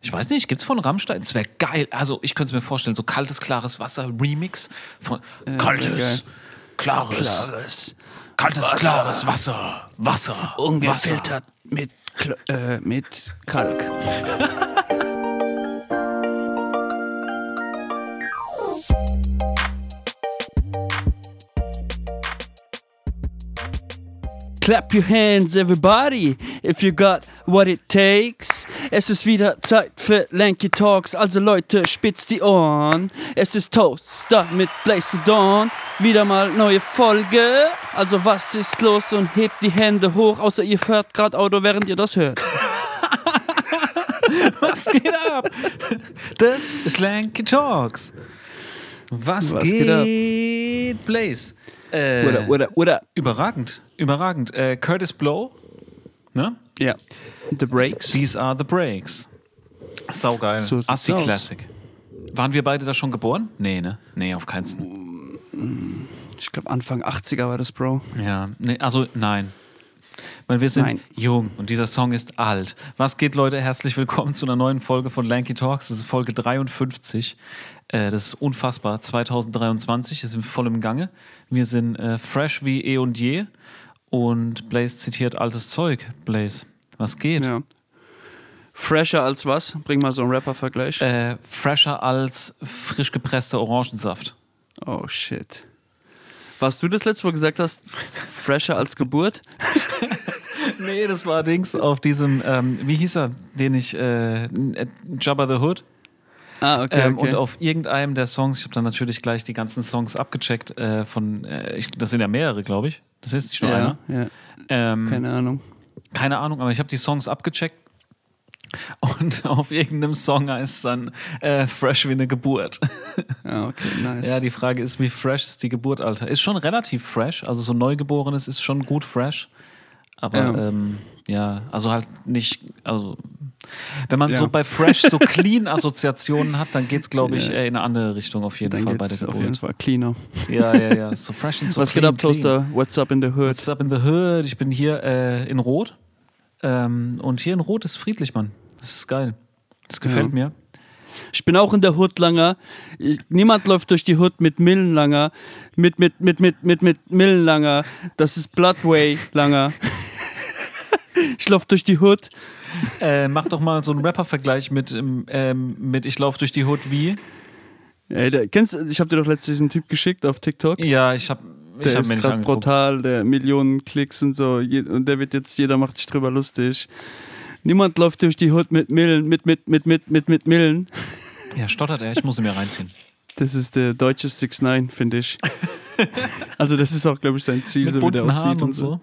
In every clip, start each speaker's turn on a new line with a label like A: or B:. A: Ich weiß nicht, gibt's von Rammstein? Es wäre geil. Also, ich könnte es mir vorstellen, so kaltes, klares Wasser, Remix von kaltes, klares,
B: Klares.
A: kaltes,
B: Wasser.
A: klares Wasser, Wasser, Wasser.
B: Ungefiltert mit, Kl- äh, mit Kalk. Clap your hands, everybody, if you got what it takes. Es ist wieder Zeit für Lanky Talks, also Leute, spitzt die Ohren. Es ist Toaster mit Blaze Dawn. Wieder mal neue Folge. Also, was ist los und hebt die Hände hoch, außer ihr fährt gerade Auto, während ihr das hört.
A: Was geht ab? Das ist Lanky Talks. Was,
B: Was geht
A: geht,
B: ab?
A: Blaze? Äh,
B: Oder, oder, oder.
A: Überragend, überragend. Äh, Curtis Blow, ne?
B: Ja. The Breaks.
A: These are the breaks. Saugeil.
B: So sieht's
A: Assi
B: aus.
A: Classic. Waren wir beide da schon geboren? Nee, ne? Nee, auf keinen Fall.
B: Ich glaube, Anfang 80er war das, Bro.
A: Ja, nee, also nein. Weil wir sind
B: Nein.
A: jung und dieser Song ist alt. Was geht, Leute? Herzlich willkommen zu einer neuen Folge von Lanky Talks. Das ist Folge 53. Äh, das ist unfassbar. 2023 ist in vollem Gange. Wir sind äh, fresh wie eh und je. Und Blaze zitiert altes Zeug. Blaze, was geht?
B: Ja. Fresher als was? Bring mal so einen Rapper-Vergleich.
A: Äh, fresher als frisch gepresster Orangensaft.
B: Oh shit. Was du das letzte Mal gesagt hast, fresher als Geburt?
A: Nee, das war Dings auf diesem, ähm, wie hieß er, den ich, äh, n- äh, Jabba the Hood.
B: Ah, okay.
A: Ähm,
B: okay.
A: Und auf irgendeinem der Songs, ich habe dann natürlich gleich die ganzen Songs abgecheckt, äh, von, äh, ich, das sind ja mehrere, glaube ich. Das ist nicht nur
B: ja,
A: einer.
B: ja,
A: Ähm,
B: keine Ahnung.
A: keine Ahnung, aber ich habe die Songs abgecheckt. Und auf irgendeinem Song heißt es dann äh, Fresh wie eine Geburt.
B: Ah, okay, nice.
A: Ja, die Frage ist, wie fresh ist die Geburt, Alter? Ist schon relativ fresh, also so Neugeborenes ist schon gut fresh. Aber
B: Ja.
A: ja, ähm, ja also halt nicht, also wenn man
B: Ja.
A: so bei fresh so clean Assoziationen hat, dann geht's, glaube ich,
B: Ja.
A: äh, in eine andere Richtung auf jeden
B: Dann
A: Fall bei der
B: geht's auf jeden
A: Geburt.
B: Fall cleaner.
A: Ja, ja, ja. So fresh and so
B: Was geht
A: clean,
B: ab,
A: clean.
B: Toaster? What's up in the hood?
A: What's up in the hood? Ich bin hier äh, in Rot. Ähm, und hier in Rot ist friedlich, Mann. Das ist geil. Das gefällt
B: Ja.
A: mir.
B: Ich bin auch in der Hood langer. Ich, niemand läuft durch die Hood mit Millen langer. Mit, mit, mit, mit, mit, mit Millen langer. Das ist Bloodway langer. ich laufe durch die Hood.
A: Äh, mach doch mal so einen Rapper-Vergleich mit, ähm, ähm, mit Ich lauf durch die Hood wie.
B: Ey, der, kennst du, ich habe dir doch letztens einen Typ geschickt auf TikTok.
A: Ja, ich habe ich
B: Der
A: hab
B: ist
A: mir nicht
B: gerade
A: angeguckt.
B: brutal, der Millionen Klicks und so. Je, und der wird jetzt, jeder macht sich drüber lustig. Niemand läuft durch die Hood mit Millen, mit, mit, mit, mit, mit, mit Millen.
A: Ja, stottert er, ich muss ihn mir reinziehen.
B: Das ist der deutsche 6 9 finde ich. also das ist auch, glaube ich, sein Ziel, so wie der aussieht und, so.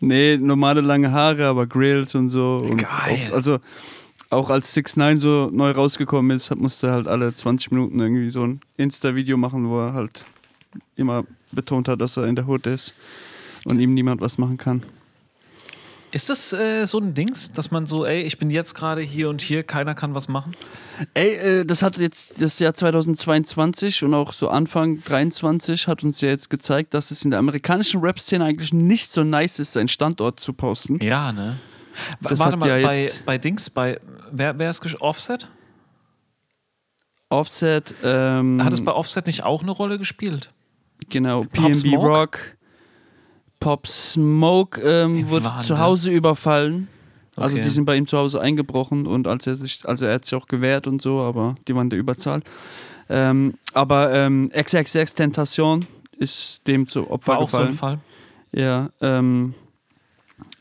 B: Nee, normale lange Haare, aber Grills und so. Und
A: Geil.
B: Auch, also auch als 6 9 so neu rausgekommen ist, hat- musste er halt alle 20 Minuten irgendwie so ein Insta-Video machen, wo er halt immer betont hat, dass er in der Hood ist und ihm niemand was machen kann.
A: Ist das äh, so ein Dings, dass man so, ey, ich bin jetzt gerade hier und hier, keiner kann was machen?
B: Ey, äh, das hat jetzt das Jahr 2022 und auch so Anfang 23 hat uns ja jetzt gezeigt, dass es in der amerikanischen Rap-Szene eigentlich nicht so nice ist, seinen Standort zu posten.
A: Ja, ne? W-
B: Das
A: Warte
B: hat
A: mal,
B: ja
A: bei,
B: jetzt-
A: bei Dings, bei wer, wer ist gesch- Offset?
B: Offset, ähm,
A: Hat es bei Offset nicht auch eine Rolle gespielt?
B: genau,
A: Pop
B: PNB
A: Smoke?
B: Rock, Pop Smoke ähm,
A: Wen
B: wurde
A: war denn
B: zu Hause überfallen. Also
A: Okay.
B: die sind bei ihm zu Hause eingebrochen und als er sich, also er hat sich auch gewehrt und so, aber die waren der Überzahl. Ähm, aber ähm, XXX Tentation ist dem zu Opfer
A: War auch so
B: gefallen.
A: ein Fall.
B: Ja, ähm,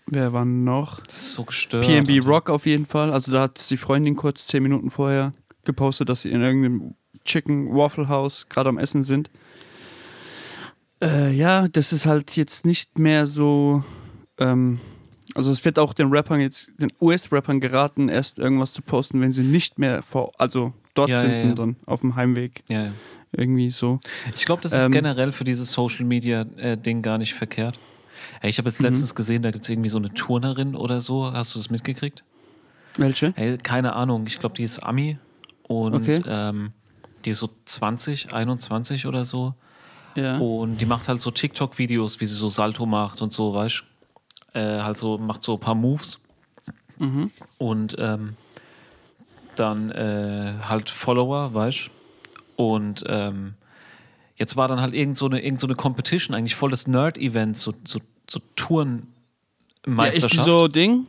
B: wer war noch?
A: Das ist so gestört.
B: PNB Rock auf jeden Fall. Also da hat die Freundin kurz zehn Minuten vorher gepostet, dass sie in irgendeinem Chicken Waffle House gerade am Essen sind. Äh, ja, das ist halt jetzt nicht mehr so. Ähm, also es wird auch den Rappern jetzt, den US-Rappern geraten, erst irgendwas zu posten, wenn sie nicht mehr vor, also dort
A: Ja,
B: sind,
A: ja, ja.
B: sondern auf dem Heimweg
A: Ja, ja.
B: irgendwie so.
A: Ich glaube, das ist
B: Ähm,
A: generell für dieses Social Media äh, Ding gar nicht verkehrt. Ey, ich habe
B: Mhm.
A: jetzt letztens gesehen, da gibt es irgendwie so eine Turnerin oder so. Hast du das mitgekriegt?
B: Welche?
A: Hey, keine Ahnung. Ich glaube, die ist Ami und
B: Okay.
A: ähm, die ist so 20, 21 oder so.
B: Ja.
A: Und die macht halt so TikTok-Videos, wie sie so Salto macht und so, weißt
B: Mhm.
A: du? Äh, halt so, macht so ein paar Moves. Und ähm, dann äh, halt Follower, weißt Und ähm, jetzt war dann halt irgend so eine, irgend so eine Competition, eigentlich voll das Nerd-Event, so, so, so
B: Ja, ist
A: Tourenmeisterschaft.
B: die so Ding?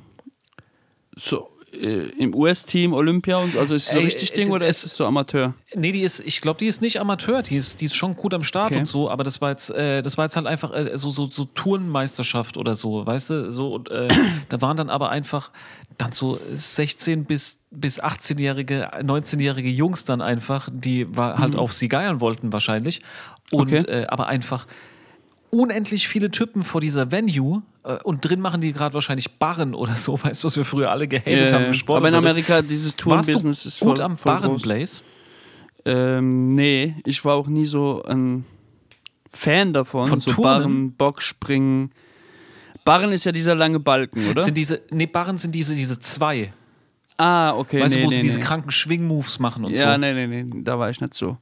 B: So äh, im US-Team Olympia und also ist es so
A: Ey,
B: richtig
A: äh,
B: Ding
A: d-
B: oder ist
A: es-
B: es so Amateur?
A: Nee, die ist, ich glaube, die ist nicht Amateur, die ist, die ist schon gut am Start
B: Okay.
A: und so, aber das war jetzt, äh, das war jetzt halt einfach äh, so, so, so Tourenmeisterschaft oder so, weißt du? So, und, äh, da waren dann aber einfach dann so 16- bis, bis 18-jährige, 19-jährige Jungs dann einfach, die war, halt auf sie geiern wollten wahrscheinlich. Und
B: Mhm. Okay.
A: äh, aber einfach unendlich viele Typen vor dieser Venue äh, und drin machen die gerade wahrscheinlich Barren oder so, weißt du, was wir früher alle gehatet haben
B: Äh,
A: im Sport.
B: aber in Amerika dieses
A: warst du
B: Tourenbusiness ist voll,
A: gut am
B: voll groß.
A: Barren-Place.
B: Ähm, nee, ich war auch nie so ein Fan davon.
A: Von
B: so
A: Turnen?
B: Barren, Bockspringen. Barren ist ja dieser lange Balken, oder?
A: Sind diese, nee, Barren sind diese, diese zwei.
B: ah, okay.
A: weißt
B: nee,
A: du, wo
B: nee,
A: sie diese
B: nee.
A: kranken Schwingmoves machen und
B: Ja, ne,
A: so.
B: nee, nee, nee, da war ich nicht so.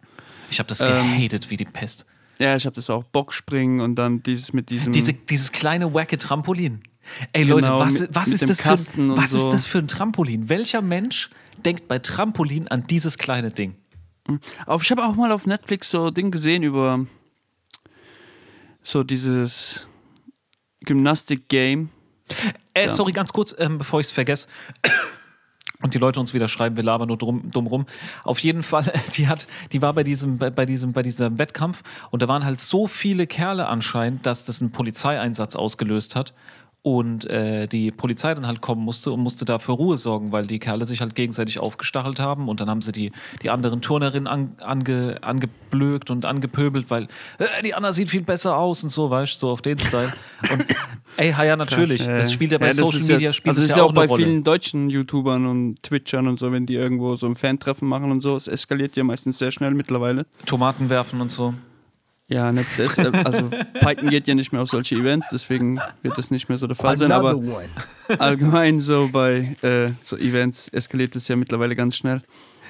A: Ich habe das
B: Ähm,
A: gehatet wie die Pest.
B: Ja, ich habe das auch Bockspringen und dann dieses mit diesem.
A: Diese, dieses kleine, wacke Trampolin. Ey, Leute,
B: Genau,
A: was,
B: mit-
A: was,
B: mit
A: ist,
B: dem
A: das für,
B: Kasten
A: ein-
B: und
A: was
B: so.
A: ist das für ein Trampolin? Welcher Mensch denkt bei Trampolin an dieses kleine Ding?
B: Auf, ich habe auch mal auf Netflix so Ding gesehen über so dieses Gymnastik-Game.
A: Äh, sorry, ganz kurz, ähm, bevor ich es vergesse. Und die Leute uns wieder schreiben, wir labern nur drum, dumm rum. Auf jeden Fall, die hat, die war bei diesem, bei, bei diesem, bei diesem Wettkampf und da waren halt so viele Kerle anscheinend, dass das einen Polizeieinsatz ausgelöst hat. Und äh, die Polizei dann halt kommen musste und musste da für Ruhe sorgen, weil die Kerle sich halt gegenseitig aufgestachelt haben und dann haben sie die, die anderen Turnerinnen an, ange, angeblökt und angepöbelt, weil äh, die Anna sieht viel besser aus und so, weißt du, so auf den Style. Und ey, ja, natürlich.
B: Äh,
A: das spielt ja bei
B: das
A: Social
B: ist
A: Media
B: ja,
A: spielt
B: also
A: das
B: ist
A: ja auch,
B: bei
A: eine Rolle.
B: vielen deutschen YouTubern und Twitchern und so, wenn die irgendwo so ein Fantreffen machen und so. Es eskaliert ja meistens sehr schnell mittlerweile.
A: Tomaten werfen und so.
B: Ja, nicht das, äh, also Python geht ja nicht mehr auf solche Events, deswegen wird das nicht mehr so der Fall sein,
C: Another
B: aber
C: one.
B: allgemein so bei äh, so Events eskaliert es ja mittlerweile ganz schnell.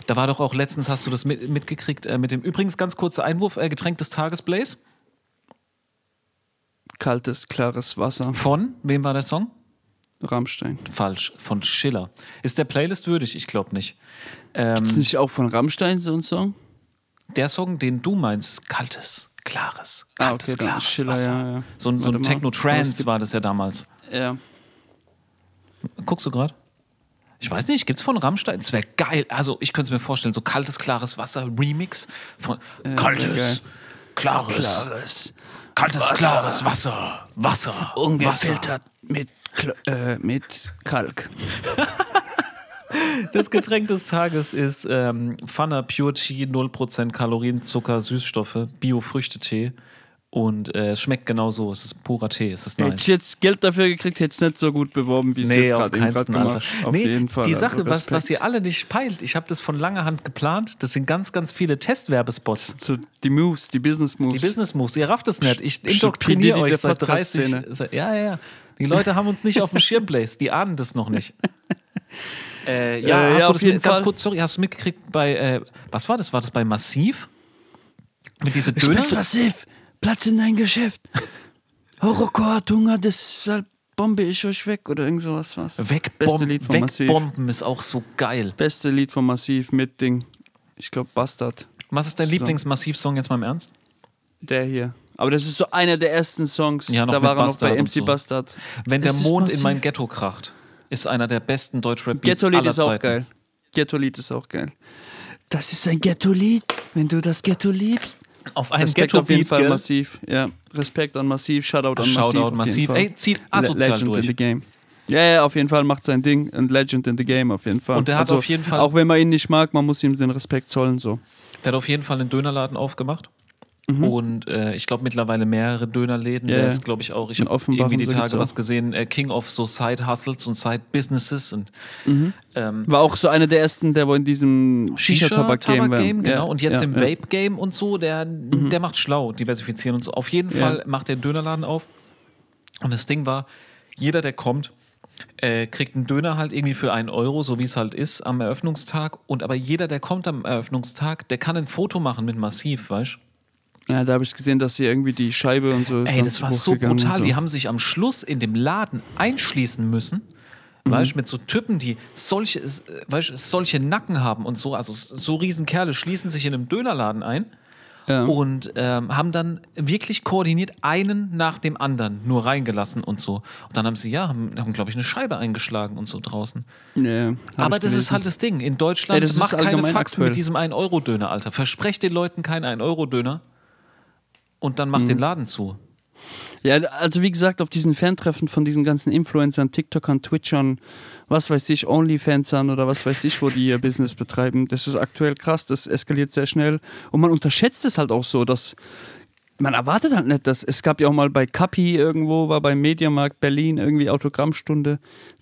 A: Da war doch auch letztens, hast du das mit, mitgekriegt, äh, mit dem übrigens ganz kurzer Einwurf, äh, Getränk des Tages, Blaze.
B: Kaltes, klares Wasser,
A: Von, wem war der Song?
B: Rammstein.
A: Falsch, von Schiller. Ist der Playlist würdig? Ich glaube nicht. Ähm,
B: Ist nicht auch von Rammstein so ein Song?
A: der Song, den du meinst, ist kaltes, klares,
B: Ah,
A: kaltes,
B: okay, dann
A: klares
B: ist Schiller,
A: Wasser.
B: ja, ja.
A: So, ein- so ein
B: Warte mal. Aber es
A: Techno-Trance
B: gibt-
A: war das ja damals.
B: Ja.
A: Guckst du gerade? Ich weiß nicht, gibt's von Rammstein? Es wäre geil. Also, ich könnte es mir vorstellen, so kaltes, klares Wasser, Remix von
B: wär Äh, geil.
A: kaltes, klares,
B: Klares.
A: kaltes, klares Wasser, Wasser,
B: Ungefiltert mit, Kl- äh, mit Kalk.
A: Das Getränk des Tages ist ähm, Pfanner Pure Tea, 0% Kalorien, Zucker, Süßstoffe, Bio-Früchtetee. Und äh, es schmeckt genauso. Es ist purer Tee. Es ist
B: Hätte
A: nice.
B: ich jetzt Geld dafür gekriegt, hätte ich es nicht so gut beworben, wie es jetzt gerade eben grad
A: Alter.
B: gemacht Auf
A: nee,
B: jeden Fall.
A: Die
B: also
A: Sache, was, was
B: Respekt.
A: ihr alle nicht peilt, ich habe das von langer Hand geplant. Das sind ganz, ganz viele Testwerbespots.
B: So, die Moves, die Business
A: Die
B: Moves.
A: Business Moves, ihr rafft es nicht. Ich
B: Psst,
A: indoktriniere
B: die- die-
A: euch
B: der
A: seit 30.
B: Podcast-Szene.
A: seit- Ja, ja, ja. Die Leute haben uns nicht auf dem Schirm, Blaze. Die ahnen das noch nicht. Äh, ja, hast
B: Äh, ja,
A: du
B: auf
A: das
B: jeden
A: mit, ganz
B: Fall.
A: kurz, sorry, hast du mitgekriegt bei, äh, was war das? War das bei Massiv? Mit diese
B: Ich
A: Döner?
B: bin's, Rasif. Platz in dein Geschäft. Horrorcore hat Hunger, deshalb bombe ich euch weg oder irgend sowas. Was. Beste
A: Wegbomben,
B: Lied von Massiv.
A: Wegbomben ist auch so geil.
B: Beste Lied von Massiv mit Ding. Ich glaube, Bastard.
A: Was ist dein
B: So.
A: Lieblings-Massiv-Song jetzt mal im Ernst?
B: Der hier. Aber das ist so einer der ersten Songs.
A: Ja, noch
B: da
A: mit
B: war er noch
A: Bastard
B: bei
A: und
B: MC
A: so.
B: Bastard.
A: Wenn der
B: Es ist
A: Mond in
B: Massiv.
A: mein Ghetto kracht, ist einer der besten Deutschrap-Beats
B: Ghetto-Lied
A: aller
B: ist auch
A: Zeiten.
B: geil. Ghetto-Lied ist auch geil. Das ist ein Ghetto-Lied, wenn du das Ghetto liebst.
A: Auf einen
B: Respekt auf jeden
A: Ghetto-Beat,
B: Fall
A: gell?
B: massiv. Ja, Respekt an massiv. Shoutout an
A: Shoutout
B: massiv.
A: Massiv.
B: auf jeden
A: Ey, zieht
B: Fall.
A: asozial
B: Legend
A: durch.
B: in the game. Ja, ja, auf jeden Fall macht sein Ding und Legend in the game auf jeden Fall. Also,
A: Und der hat auf jeden Fall-
B: Auch wenn man ihn nicht mag, man muss ihm den Respekt zollen so.
A: Der hat auf jeden Fall einen Dönerladen aufgemacht. Und äh, ich glaube mittlerweile mehrere Dönerläden.
B: Mhm. Ja,
A: der
B: ja.
A: ist, glaube ich, auch. Ich
B: In
A: habe
B: Offenbach
A: irgendwie die
B: und so
A: Tage
B: gibt's
A: was gesehen. Äh, King of so Side Hustles und Side Businesses und
B: Mhm.
A: ähm,
B: War auch so einer der ersten, der wohl in diesem Shisha-Tabak-Game war.
A: Shisha-Tabak-Game, genau.
B: Ja,
A: und jetzt
B: ja,
A: im
B: ja. Mhm.
A: Vape-Game und so, der, der macht schlau, diversifizieren und so. Auf jeden
B: Ja.
A: Fall macht der einen Dönerladen auf. Und das Ding war, jeder, der kommt, äh, kriegt einen Döner halt irgendwie für einen Euro, so wie es halt ist, am Eröffnungstag. Und aber jeder, der kommt am Eröffnungstag, der kann ein Foto machen mit Massiv, weißt du?
B: Ja, da habe ich gesehen, dass sie irgendwie die Scheibe und so. ist
A: Ey,
B: dann
A: das war so
B: hochgegangen und
A: brutal.
B: So.
A: Die haben sich am Schluss in dem Laden einschließen müssen,
B: Mhm.
A: Weißt du, mit so Typen, die solche, äh, weißt, du, solche Nacken haben und so, also so riesen Kerle schließen sich in einem Dönerladen ein
B: Ja.
A: und ähm, haben dann wirklich koordiniert einen nach dem anderen nur reingelassen und so. Und dann haben sie, ja, haben, haben glaube ich, eine Scheibe eingeschlagen und so draußen.
B: Ja, hab
A: Aber
B: ich
A: das ist
B: gelesen.
A: halt das Ding. In Deutschland
B: Ey, das ist
A: macht keine
B: allgemein
A: Faxen
B: aktuell.
A: mit diesem 1-Euro-Döner, Alter. Versprecht den Leuten keinen 1-Euro-Döner und dann
B: Mhm.
A: macht den Laden zu.
B: Ja, also wie gesagt, auf diesen Fantreffen von diesen ganzen Influencern, TikTokern, Twitchern, was weiß ich, Onlyfansern oder was weiß ich, wo die ihr Business betreiben, das ist aktuell krass, das eskaliert sehr schnell und man unterschätzt es halt auch so, dass man erwartet halt nicht, dass es gab ja auch mal bei Kapi irgendwo, war beim Mediamarkt Berlin irgendwie Autogrammstunde,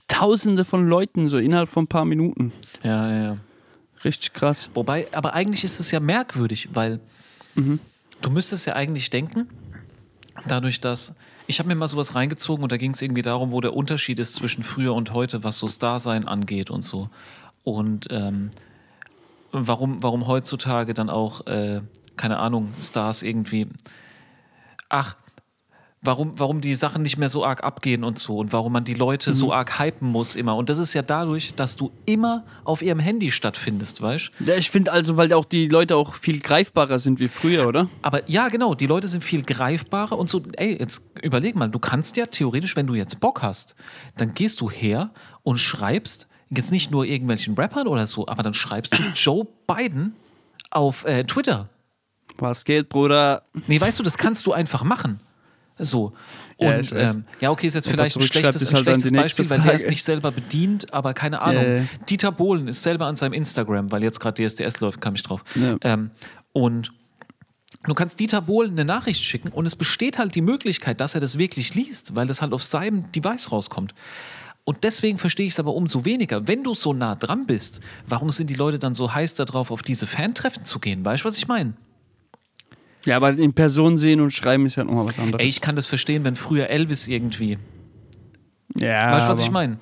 B: tausende von Leuten so innerhalb von ein paar Minuten.
A: Ja, ja, ja.
B: Richtig krass.
A: Wobei, aber eigentlich ist es ja merkwürdig, weil du müsstest ja eigentlich denken, dadurch, dass ich habe mir mal sowas reingezogen und da ging es irgendwie darum, wo der Unterschied ist zwischen früher und heute, was so Starsein angeht und so. Und ähm, warum, warum heutzutage dann auch, äh, keine Ahnung, Stars irgendwie, ach, warum, warum die Sachen nicht mehr so arg abgehen und so und warum man die Leute so arg hypen muss immer. Und das ist ja dadurch, dass du immer auf ihrem Handy stattfindest, weißt
B: Ja, ich finde also, weil auch die Leute auch viel greifbarer sind wie früher, oder?
A: Aber ja, genau, die Leute sind viel greifbarer und so, ey, jetzt überleg mal, du kannst ja theoretisch, wenn du jetzt Bock hast, dann gehst du her und schreibst, jetzt nicht nur irgendwelchen Rappern oder so, aber dann schreibst du Joe Biden auf äh, Twitter.
B: Was geht, Bruder?
A: Nee, weißt du, das kannst du einfach machen. So. Und
B: Ja,
A: ja,
B: ich weiß.
A: ähm, ja okay, ist jetzt
B: Ob er
A: vielleicht ein
B: zurückschreibt,
A: schlechtes,
B: ist
A: ein
B: halt dann die
A: schlechtes
B: nächste
A: Beispiel, weil der
B: Frage.
A: es nicht selber bedient, aber keine Ahnung.
B: Ja, ja.
A: Dieter Bohlen ist selber an seinem Instagram, weil jetzt gerade DSDS läuft, kam ich drauf.
B: Ja.
A: Ähm, und du kannst Dieter Bohlen eine Nachricht schicken und es besteht halt die Möglichkeit, dass er das wirklich liest, weil das halt auf seinem Device rauskommt. Und deswegen verstehe ich es aber umso weniger. Wenn du so nah dran bist, warum sind die Leute dann so heiß darauf, auf diese Fantreffen zu gehen? Weißt du, was ich meine?
B: Ja, aber in Person sehen und schreiben ist ja nochmal was anderes.
A: Ey, ich kann das verstehen, wenn früher Elvis irgendwie.
B: Ja,
A: Weißt du, was
B: aber-
A: ich meine?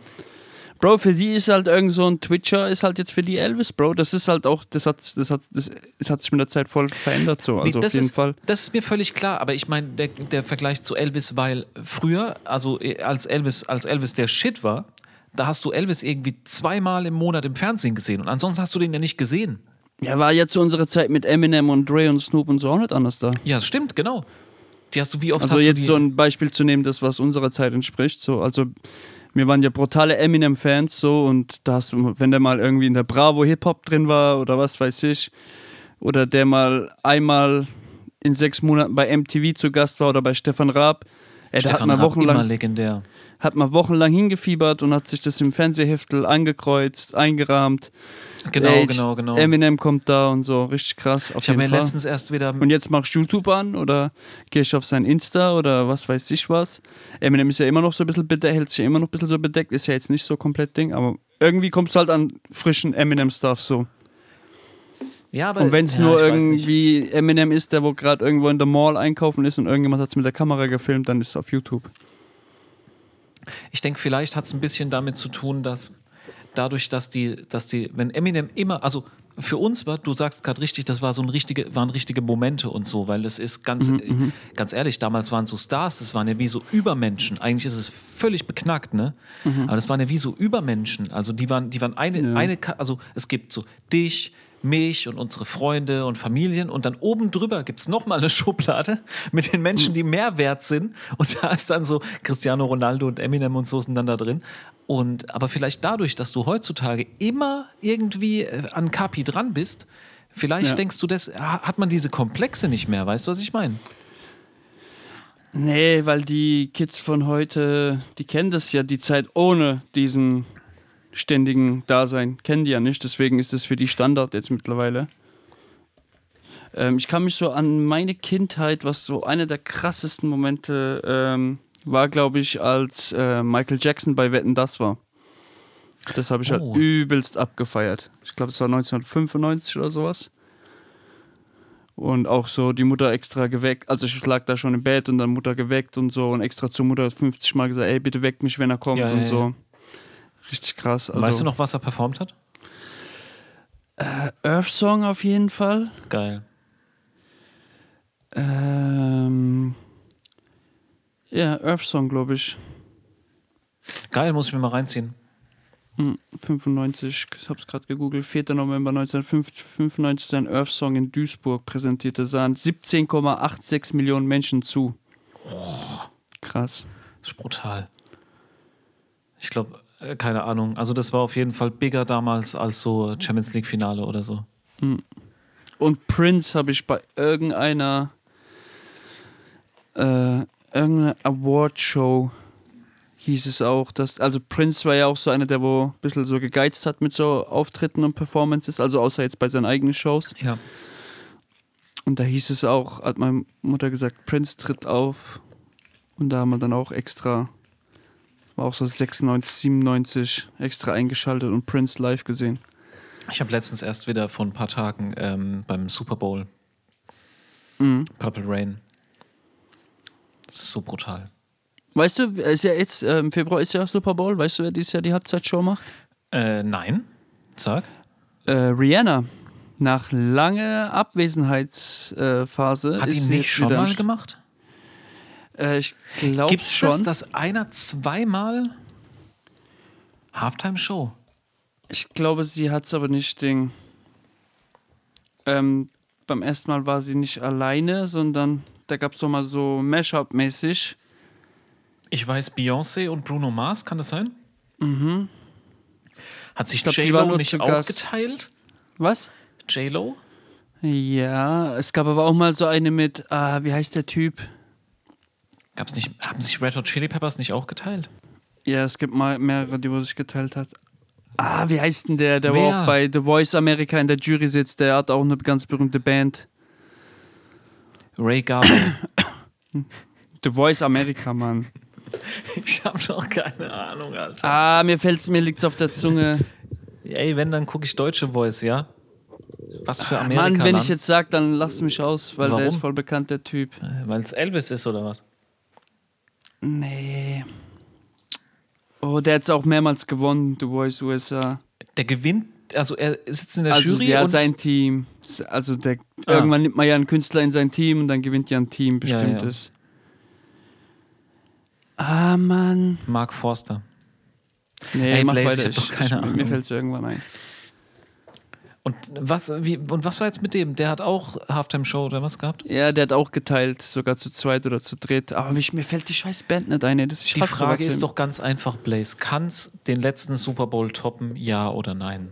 B: Bro, für die ist halt irgend so ein Twitcher, ist halt jetzt für die Elvis, Bro. Das ist halt auch, das hat, das hat, das, das hat sich mit der Zeit voll verändert so. Also auf
A: das,
B: jeden
A: ist,
B: Fall.
A: das ist mir völlig klar, aber ich meine, der, der Vergleich zu Elvis, weil früher, also äh, als Elvis, als Elvis der Shit war, da hast du Elvis irgendwie zweimal im Monat im Fernsehen gesehen und ansonsten hast du den ja nicht gesehen.
B: Ja, war ja zu unserer Zeit mit Eminem und Dre und Snoop und so auch nicht anders da.
A: Ja, das stimmt, genau. Die hast du wie oft
B: Also
A: hast
B: jetzt so
A: du die,
B: ein Beispiel zu nehmen, das was unserer Zeit entspricht. So, also wir waren ja brutale Eminem-Fans so und da hast du, wenn der mal irgendwie in der Bravo Hip Hop drin war oder was weiß ich, oder der mal einmal in sechs Monaten bei MTV zu Gast war oder bei Stefan Raab, ey, da hat
A: Stefan
B: man
A: Raab, immer
B: wochenlang
A: legendär.
B: hat man wochenlang hingefiebert und hat sich das im Fernsehheftel angekreuzt, eingerahmt.
A: Genau,
B: Ey,
A: genau, genau.
B: Eminem kommt da und so, richtig krass, Ähm, auf
A: ich habe mir
B: jeden Fall.
A: letztens erst wieder
B: Und jetzt machst du YouTube an oder gehst auf sein Insta oder was weiß ich was. Eminem ist ja immer noch so ein bisschen bedeckt, hält sich ja immer noch ein bisschen so bedeckt, ist ja jetzt nicht so komplett Ding, aber irgendwie kommst du halt an frischen Eminem-Stuff so.
A: ja, aber,
B: Und wenn es
A: ja,
B: nur
A: ich weiß nicht.
B: irgendwie Eminem ist, der wo gerade irgendwo in der Mall einkaufen ist und irgendjemand hat es mit der Kamera gefilmt, dann ist es auf YouTube.
A: Ich denke, vielleicht hat es ein bisschen damit zu tun, dass dadurch, dass die, dass die, wenn Eminem immer, also für uns war, du sagst gerade richtig, das war so ein richtige, waren richtige Momente und so, weil das ist ganz, äh, ganz ehrlich, damals waren so Stars, das waren ja wie so Übermenschen. Eigentlich ist es völlig beknackt, ne? Aber das waren ja wie so Übermenschen. Also die waren, die waren eine, eine, Ka- also es gibt so dich, mich und unsere Freunde und Familien und dann oben drüber gibt es nochmal eine Schublade mit den Menschen, die mehr wert sind und da ist dann so Cristiano Ronaldo und Eminem und so sind dann da drin und aber vielleicht dadurch, dass du heutzutage immer irgendwie äh, an Kapi dran bist, vielleicht
B: Ja.
A: denkst du, das ha- hat man diese Komplexe nicht mehr, weißt du, was ich meine?
B: Nee, weil die Kids von heute, die kennen das ja, die Zeit ohne diesen ständigen Dasein, kennen die ja nicht. Deswegen ist das für die Standard jetzt mittlerweile. Ähm, ich kann mich so an meine Kindheit, was so einer der krassesten Momente ähm, war, glaube ich, als äh, Michael Jackson bei Wetten das war. Das habe ich
A: Oh.
B: halt übelst abgefeiert. Ich glaube, es war 1995 oder sowas. Und auch so die Mutter extra geweckt. Also ich lag da schon im Bett und dann Mutter geweckt und so und extra zur Mutter 50 Mal gesagt, ey, bitte weckt mich, wenn er kommt
A: Ja,
B: und
A: ja,
B: so. Richtig krass. Also
A: weißt du noch, was er performt hat?
B: Earth Song auf jeden Fall.
A: Geil.
B: Ähm, ja, Earth Song, glaube ich.
A: Geil, muss ich mir mal reinziehen.
B: Hm, 95, ich hab's gerade gegoogelt, 4. November 1995 sein Earth Song in Duisburg präsentierte, sahen 17,86 Millionen Menschen zu. Krass.
A: Das ist brutal. Ich glaube, keine Ahnung. Also das war auf jeden Fall bigger damals als so Champions League Finale oder so.
B: Und Prince habe ich bei irgendeiner äh, irgendeiner Award-Show hieß es auch, dass, also Prince war ja auch so einer, der wo ein bisschen so gegeizt hat mit so Auftritten und Performances, also außer jetzt bei seinen eigenen Shows.
A: Ja.
B: Und da hieß es auch, hat meine Mutter gesagt, Prince tritt auf. Und da haben wir dann auch extra, war auch so 96, 97 extra eingeschaltet und Prince live gesehen.
A: Ich habe letztens erst wieder vor ein paar Tagen ähm, beim Super Bowl
B: Mhm.
A: Purple Rain. Das ist so brutal.
B: Weißt du, ist ja jetzt, äh, im Februar ist ja auch Super Bowl, weißt du, wer dieses Jahr die Halbzeitshow macht?
A: Äh, nein. Sag.
B: Äh, Rihanna. Nach langer Abwesenheitsphase. Äh, Phase
A: Hat
B: ist
A: die
B: sie
A: nicht
B: jetzt
A: schon
B: wieder am
A: mal
B: St-
A: gemacht?
B: Äh, ich glaube
A: Gibt es
B: schon.
A: das, dass einer zweimal Halftime Show?
B: Ich glaube, sie hat es aber nicht Ding. Ähm, beim ersten Mal war sie nicht alleine, sondern da gab es doch mal so Mashup-mäßig.
A: Ich weiß, Beyoncé und Bruno Mars, kann das sein? Mhm. Hat sich
B: glaub, die waren
A: J-Lo
B: nur
A: nicht
B: zu
A: auch
B: Gast.
A: geteilt?
B: Was?
A: J-Lo?
B: Ja, es gab aber auch mal so eine mit, ah, wie heißt der Typ?
A: Gab's nicht, haben sich Red Hot Chili Peppers nicht auch geteilt?
B: Ja, es gibt mal mehrere, die wo sich geteilt hat. Ah, wie heißt denn der? Der
A: Wer?
B: war auch bei The Voice America in der Jury sitzt. Der hat auch eine ganz berühmte Band.
A: Ray Garvey.
B: The Voice America, Mann.
A: ich habe doch keine Ahnung, Alter.
B: ah, mir fällt's, mir liegt's auf der Zunge.
A: Ey, wenn, dann gucke ich deutsche Voice, ja? Was für Amerika.
B: Mann, wenn ich jetzt sag, dann lachst du mich aus, weil
A: Warum?
B: der ist voll bekannt, der Typ.
A: Weil es äh, Elvis ist oder was?
B: Nee. Oh, der hat's auch mehrmals gewonnen, The Voice USA.
A: Der gewinnt, also er sitzt in der
B: also
A: Jury
B: ja,
A: und
B: sein Team. Also der,
A: Ah.
B: irgendwann nimmt man ja einen Künstler in sein Team und dann gewinnt ja ein Team
A: Ja, ja.
B: bestimmtes. Ah, Mann.
A: Mark Forster.
B: Nee,
A: Ey,
B: mach
A: Blaze,
B: weiter.
A: ich hab doch
B: Ich-
A: keine
B: ich,
A: Ahnung.
B: Mir fällt's irgendwann ein.
A: Und was, wie, und was war jetzt mit dem? Der hat auch Halftime-Show oder was gehabt?
B: Ja, der hat auch geteilt, sogar zu zweit oder zu dritt. Aber mich, mir fällt die scheiß Band nicht ein. ey. Das ist
A: Die Frage ist doch ganz einfach, Blaze. Kann's den letzten Super Bowl toppen, ja oder nein?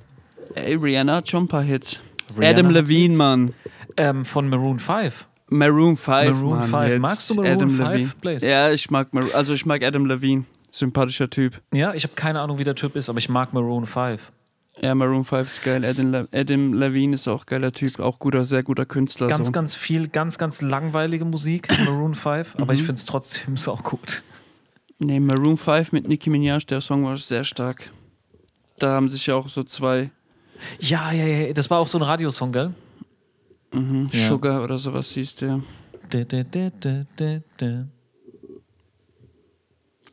B: Ey, Rihanna hat schon ein paar Hits.
A: Rihanna
B: Adam
A: hat
B: Levine, Mann.
A: Ähm, von Maroon 5.
B: Maroon 5.
A: Maroon
B: Mann,
A: 5.
B: Jetzt.
A: Magst du Maroon
B: Adam
A: 5,
B: Levine.
A: Blaze?
B: Ja, ich mag Maroon. Also ich mag Adam Levine. Sympathischer Typ.
A: Ja, ich habe keine Ahnung, wie der Typ ist, aber ich mag Maroon 5.
B: Ja, Maroon 5 ist geil. Adam, Le Adam Levine ist auch geiler Typ. Auch guter, sehr guter Künstler.
A: Ganz,
B: so.
A: ganz viel, ganz, ganz langweilige Musik, Maroon 5, aber ich
B: Mhm.
A: finde es trotzdem auch gut.
B: Nee, Maroon 5 mit Nicki Minaj, der Song war sehr stark. Da haben sich ja auch so zwei
A: Ja, ja, ja, das war auch so ein Radiosong, gell?
B: mhm,
A: Ja.
B: Sugar oder sowas siehst du.
A: Da, da, da, da, da, da.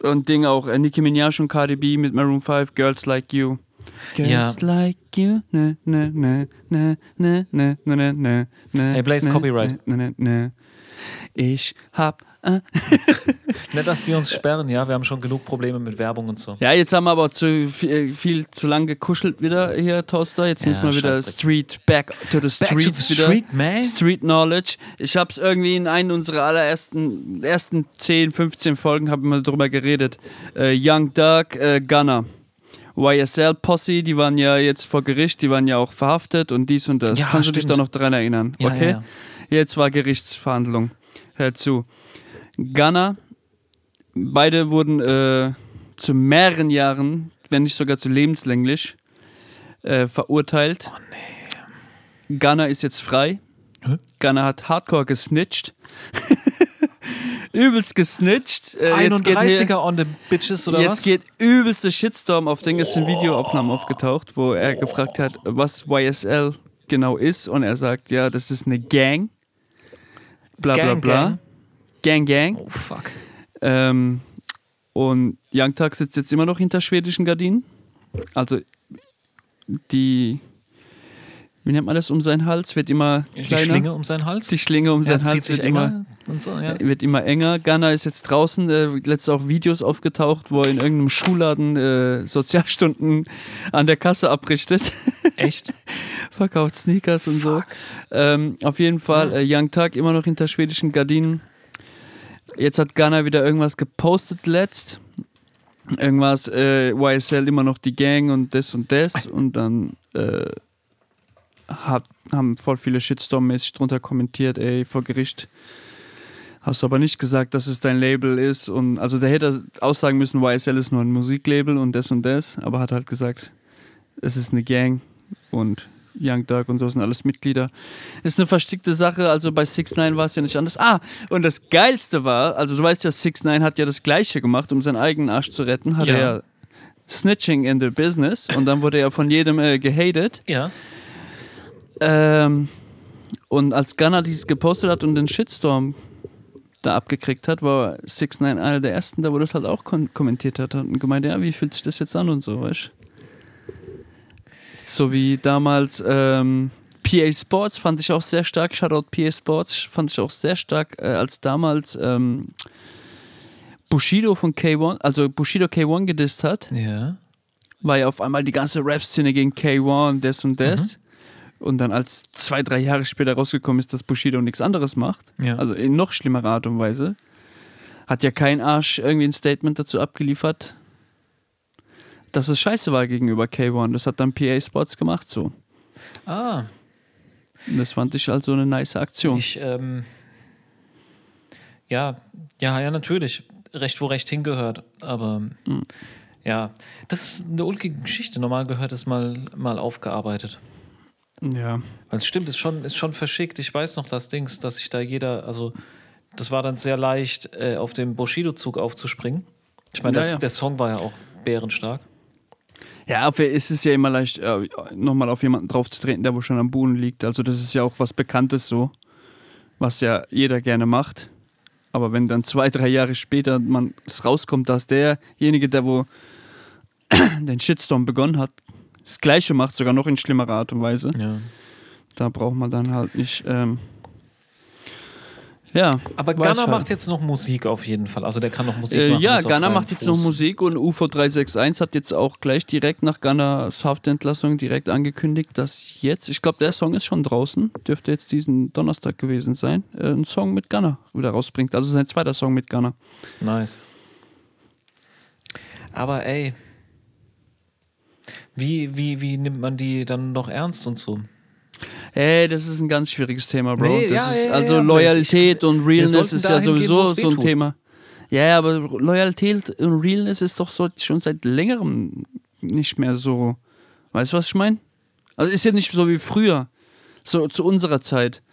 B: Und Ding auch, äh, Nicki Minaj und Cardi B mit Maroon 5, Girls Like You.
A: Ja.
B: Girls like you, ne, ne, ne, ne, ne, ne, ne, ne, ne, ne.
A: Ey, Blaze,
B: ne,
A: Copyright.
B: Ne, ne, ne. Ich hab. Äh.
A: Nicht, dass die uns sperren, ja, wir haben schon genug Probleme mit Werbung und so.
B: Ja, jetzt haben wir aber zu viel, viel zu lang gekuschelt wieder hier, Toaster. Jetzt
A: Ja,
B: müssen wir wieder
A: scheißdreck.
B: Street, back to
A: Back
B: the
A: to the
B: streets wieder.
A: street, man.
B: Street Knowledge. Ich hab's irgendwie in einen unserer allerersten ersten 10, 15 Folgen haben wir drüber geredet. Äh, Young Dark, äh, Gunner. YSL Posse, die waren ja jetzt vor Gericht, die waren ja auch verhaftet und dies und das.
A: Ja,
B: Kannst du dich
A: stimmt.
B: da noch dran erinnern?
A: Ja,
B: okay.
A: ja,
B: Jetzt war Gerichtsverhandlung. Hör zu. Gunner, beide wurden äh, zu mehreren Jahren, wenn nicht sogar zu lebenslänglich, äh, verurteilt. Oh nee. Gunner ist jetzt frei.
A: Hä?
B: Gunner hat hardcore gesnitcht. Übelst gesnitcht. Äh, jetzt geht hier-
A: 31er on the Bitches oder
B: Jetzt
A: was?
B: geht übelste Shitstorm auf Ding. Es sind Videoaufnahmen aufgetaucht, wo er gefragt hat, was YSL genau ist. Und er sagt, ja, das ist eine Gang. Bla
A: Gang,
B: bla bla. Gang, Gang.
A: oh fuck.
B: Ähm, und Young Tag sitzt jetzt immer noch hinter schwedischen Gardinen. Also die, wie nennt man das, um seinen Hals, wird immer
A: Die
B: kleiner.
A: Schlinge um seinen Hals.
B: Die Schlinge um
A: Er
B: seinen
A: zieht
B: Hals
A: sich
B: wird immer,
A: enger und so, ja.
B: wird immer enger. Ghana ist jetzt draußen, äh, letztens auch Videos aufgetaucht, wo er in irgendeinem Schuhladen äh, Sozialstunden an der Kasse abrichtet.
A: Echt?
B: verkauft Sneakers und so. Ähm, auf jeden Fall, äh, Young Tag immer noch hinter schwedischen Gardinen. Jetzt hat Ghana wieder irgendwas gepostet letzt. Irgendwas, äh, YSL immer noch die Gang und das und das. Und dann äh, hab, haben voll viele Shitstorm-mäßig drunter kommentiert, ey, vor Gericht. Hast du aber nicht gesagt, dass es dein Label ist. Und also der hätte aussagen müssen, YSL ist nur ein Musiklabel und das und das, aber hat halt gesagt, es ist eine Gang und Young Dirk und so sind alles Mitglieder. Ist eine verstickte Sache, also bei 6 9 war es ja nicht anders. Ah, und das Geilste war, also du weißt ja, 6 9 hat ja das Gleiche gemacht, um seinen eigenen Arsch zu retten, hat
A: Ja.
B: er ja Snitching in the Business und dann wurde er von jedem äh, gehatet.
A: Ja.
B: Ähm, und als Gunner dies gepostet hat und den Shitstorm da abgekriegt hat, war 6 9 einer der ersten, da wo das halt auch kon- kommentiert hat und gemeint, ja, wie fühlt sich das jetzt an und so, weißt So wie damals ähm, PA Sports fand ich auch sehr stark, Shoutout PA Sports fand ich auch sehr stark, äh, als damals ähm, Bushido von K1, also Bushido K1 gedisst hat
A: Ja.
B: war ja auf einmal die ganze Rap-Szene gegen K1, das und
A: Mhm.
B: das. Und dann als zwei, drei Jahre später rausgekommen ist, dass Bushido nichts anderes macht,
A: Ja.
B: also in noch schlimmerer Art und Weise, hat ja kein Arsch irgendwie ein Statement dazu abgeliefert, dass es scheiße war gegenüber K1. Das hat dann PA Sports gemacht so.
A: Ah,
B: Und das fand ich also eine nice Aktion.
A: ich, ähm, ja, ja, ja, natürlich. Recht, wo Recht hingehört. Aber ja, das ist eine ulkige Geschichte. Normal gehört es mal, mal aufgearbeitet.
B: ja.
A: Also es stimmt, ist schon, ist schon verschickt. Ich weiß noch das Dings, dass sich da jeder, also das war dann sehr leicht, äh, auf den Bushido-Zug aufzuspringen. Ich meine,
B: Ja,
A: das-
B: ja.
A: der Song war ja auch bärenstark.
B: Ja, auf, es ist ja immer leicht, äh, nochmal auf jemanden draufzutreten, der wo schon am Boden liegt. Also das ist ja auch was Bekanntes so, was ja jeder gerne macht. Aber wenn dann zwei, drei Jahre später man es rauskommt, dass derjenige, der wo den Shitstorm begonnen hat, das Gleiche macht, sogar noch in schlimmerer Art und Weise,
A: Ja.
B: da braucht man dann halt nicht. Ähm, ja.
A: Aber
B: weiß
A: Ghana
B: halt.
A: macht jetzt noch Musik auf jeden Fall. Also der kann noch Musik
B: Äh,
A: machen.
B: ja,
A: ist auf
B: Ghana
A: freiem
B: macht jetzt
A: Fuß.
B: noch Musik und UFO361 hat jetzt auch gleich direkt nach Ghanas Haftentlassung direkt angekündigt, dass jetzt, ich glaube, der Song ist schon draußen, dürfte jetzt diesen Donnerstag gewesen sein, äh, einen Song mit Ghana wieder rausbringt. Also sein zweiter Song mit Ghana.
A: Nice. Aber ey, wie, wie, wie nimmt man die dann noch ernst und so?
B: Ey, das ist ein ganz schwieriges Thema, Bro.
A: Nee,
B: das
A: ja,
B: ist,
A: ja,
B: also
A: ja, aber
B: Loyalität und Realness
A: sollten
B: ist ja
A: dahin gehen, wo
B: sowieso
A: es
B: so ein
A: wehtut.
B: Thema. Ja, ja, aber Loyalität und Realness ist doch so, schon seit längerem nicht mehr so. Weißt du, was ich meine? Also ist ja nicht so wie früher, so zu unserer Zeit.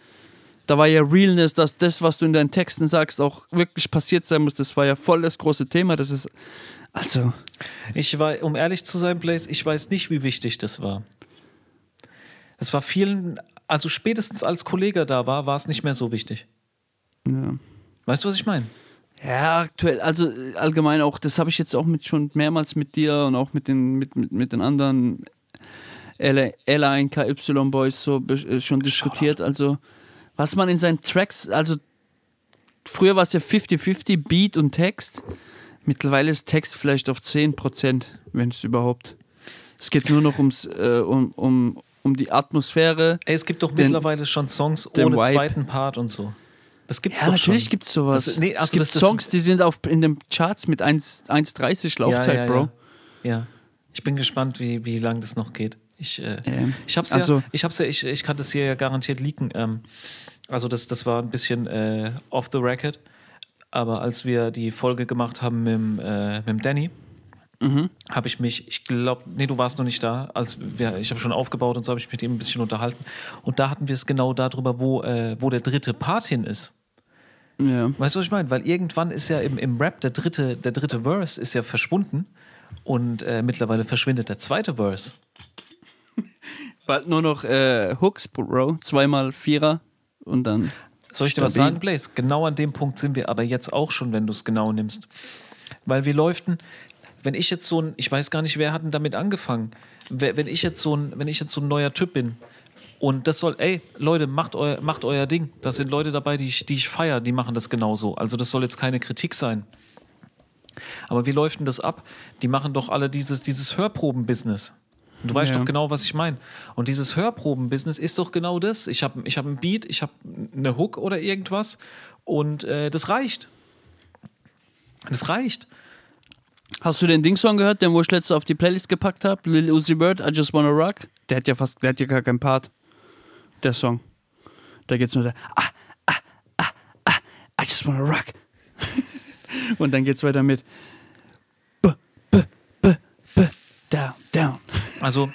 B: Da war ja Realness, dass das, was du in deinen Texten sagst, auch wirklich passiert sein muss. Das war ja voll das große Thema. Das ist also
A: Ich war, um ehrlich zu sein, Blaze, ich weiß nicht, wie wichtig das war. Es war vielen, also spätestens als Kollege da war, war es nicht mehr so wichtig.
B: ja.
A: Weißt du, was ich meine?
B: Ja, aktuell, also äh, allgemein auch, das habe ich jetzt auch mit, schon mehrmals mit dir und auch mit den, mit, mit, mit den anderen L- L1, KY Boys so be- äh, schon diskutiert. Also, was man in seinen Tracks, also früher war es ja 50-50 Beat und Text. Mittlerweile ist Text vielleicht auf 10%, wenn es überhaupt. Es geht nur noch ums, äh, um, um, um die Atmosphäre.
A: Ey, es gibt doch
B: Den-
A: mittlerweile schon Songs
B: den
A: ohne
B: Vibe.
A: zweiten Part und so. Das gibt's
B: Ja,
A: doch
B: natürlich
A: schon.
B: gibt es sowas.
A: Das- nee,
B: es
A: also
B: gibt
A: das- das-
B: Songs, die sind auf, in den Charts mit 1 1,30 Laufzeit,
A: ja, ja,
B: Bro.
A: Ja. ja. Ich bin gespannt, wie, wie lange das noch geht. Ich, äh,
B: Ähm,
A: ich hab's ja,
B: also-
A: ich hab's ja, ich, ich kann das hier ja garantiert leaken. Ähm, also das, das war ein bisschen äh, off the record. Aber als wir die Folge gemacht haben mit, dem, äh, mit dem Danny,
B: Mhm.
A: habe ich mich, ich glaube, nee, du warst noch nicht da, als wir, ich habe schon aufgebaut und so habe ich mit ihm ein bisschen unterhalten. Und da hatten wir es genau darüber, wo, äh, wo der dritte Part hin ist.
B: Ja.
A: Weißt du, was ich meine? Weil irgendwann ist ja im, im Rap der dritte, der dritte Verse ist ja verschwunden und äh, mittlerweile verschwindet der zweite Verse.
B: Bald nur noch äh, Hooks, Bro. Zweimal Vierer und dann.
A: Soll ich dir was
B: Stabil.
A: sagen, Blaze? Genau an dem Punkt sind wir aber jetzt auch schon, wenn du es genau nimmst. Weil wir läuften, wenn ich jetzt so ein, ich weiß gar nicht, wer hat denn damit angefangen? Wer- Wenn ich jetzt so ein, wenn ich jetzt so ein neuer Typ bin, Und das soll, ey, Leute, macht euer, macht euer Ding. Das sind Leute dabei, die ich, die ich feiere, die machen das genauso. Also das soll jetzt keine Kritik sein. Aber wie läuft denn das ab? Die machen doch alle dieses, dieses Hörproben-Business. Und Du weißt
B: Ja.
A: doch genau, was ich meine. Und dieses Hörproben-Business ist doch genau das. Ich habe ich hab einen Beat, ich habe eine Hook oder irgendwas und äh, das reicht. Das reicht.
B: Hast du den Ding-Song gehört, den wo ich letztes auf die Playlist gepackt habe? Lil Uzi Bird, I Just Wanna Rock? Der hat ja fast, der hat ja gar keinen Part. Der Song. Da geht's nur da. Ah, ah, ah, ah, I just wanna rock. Und dann geht's weiter mit. B, b, b, b, down, down.
A: Also,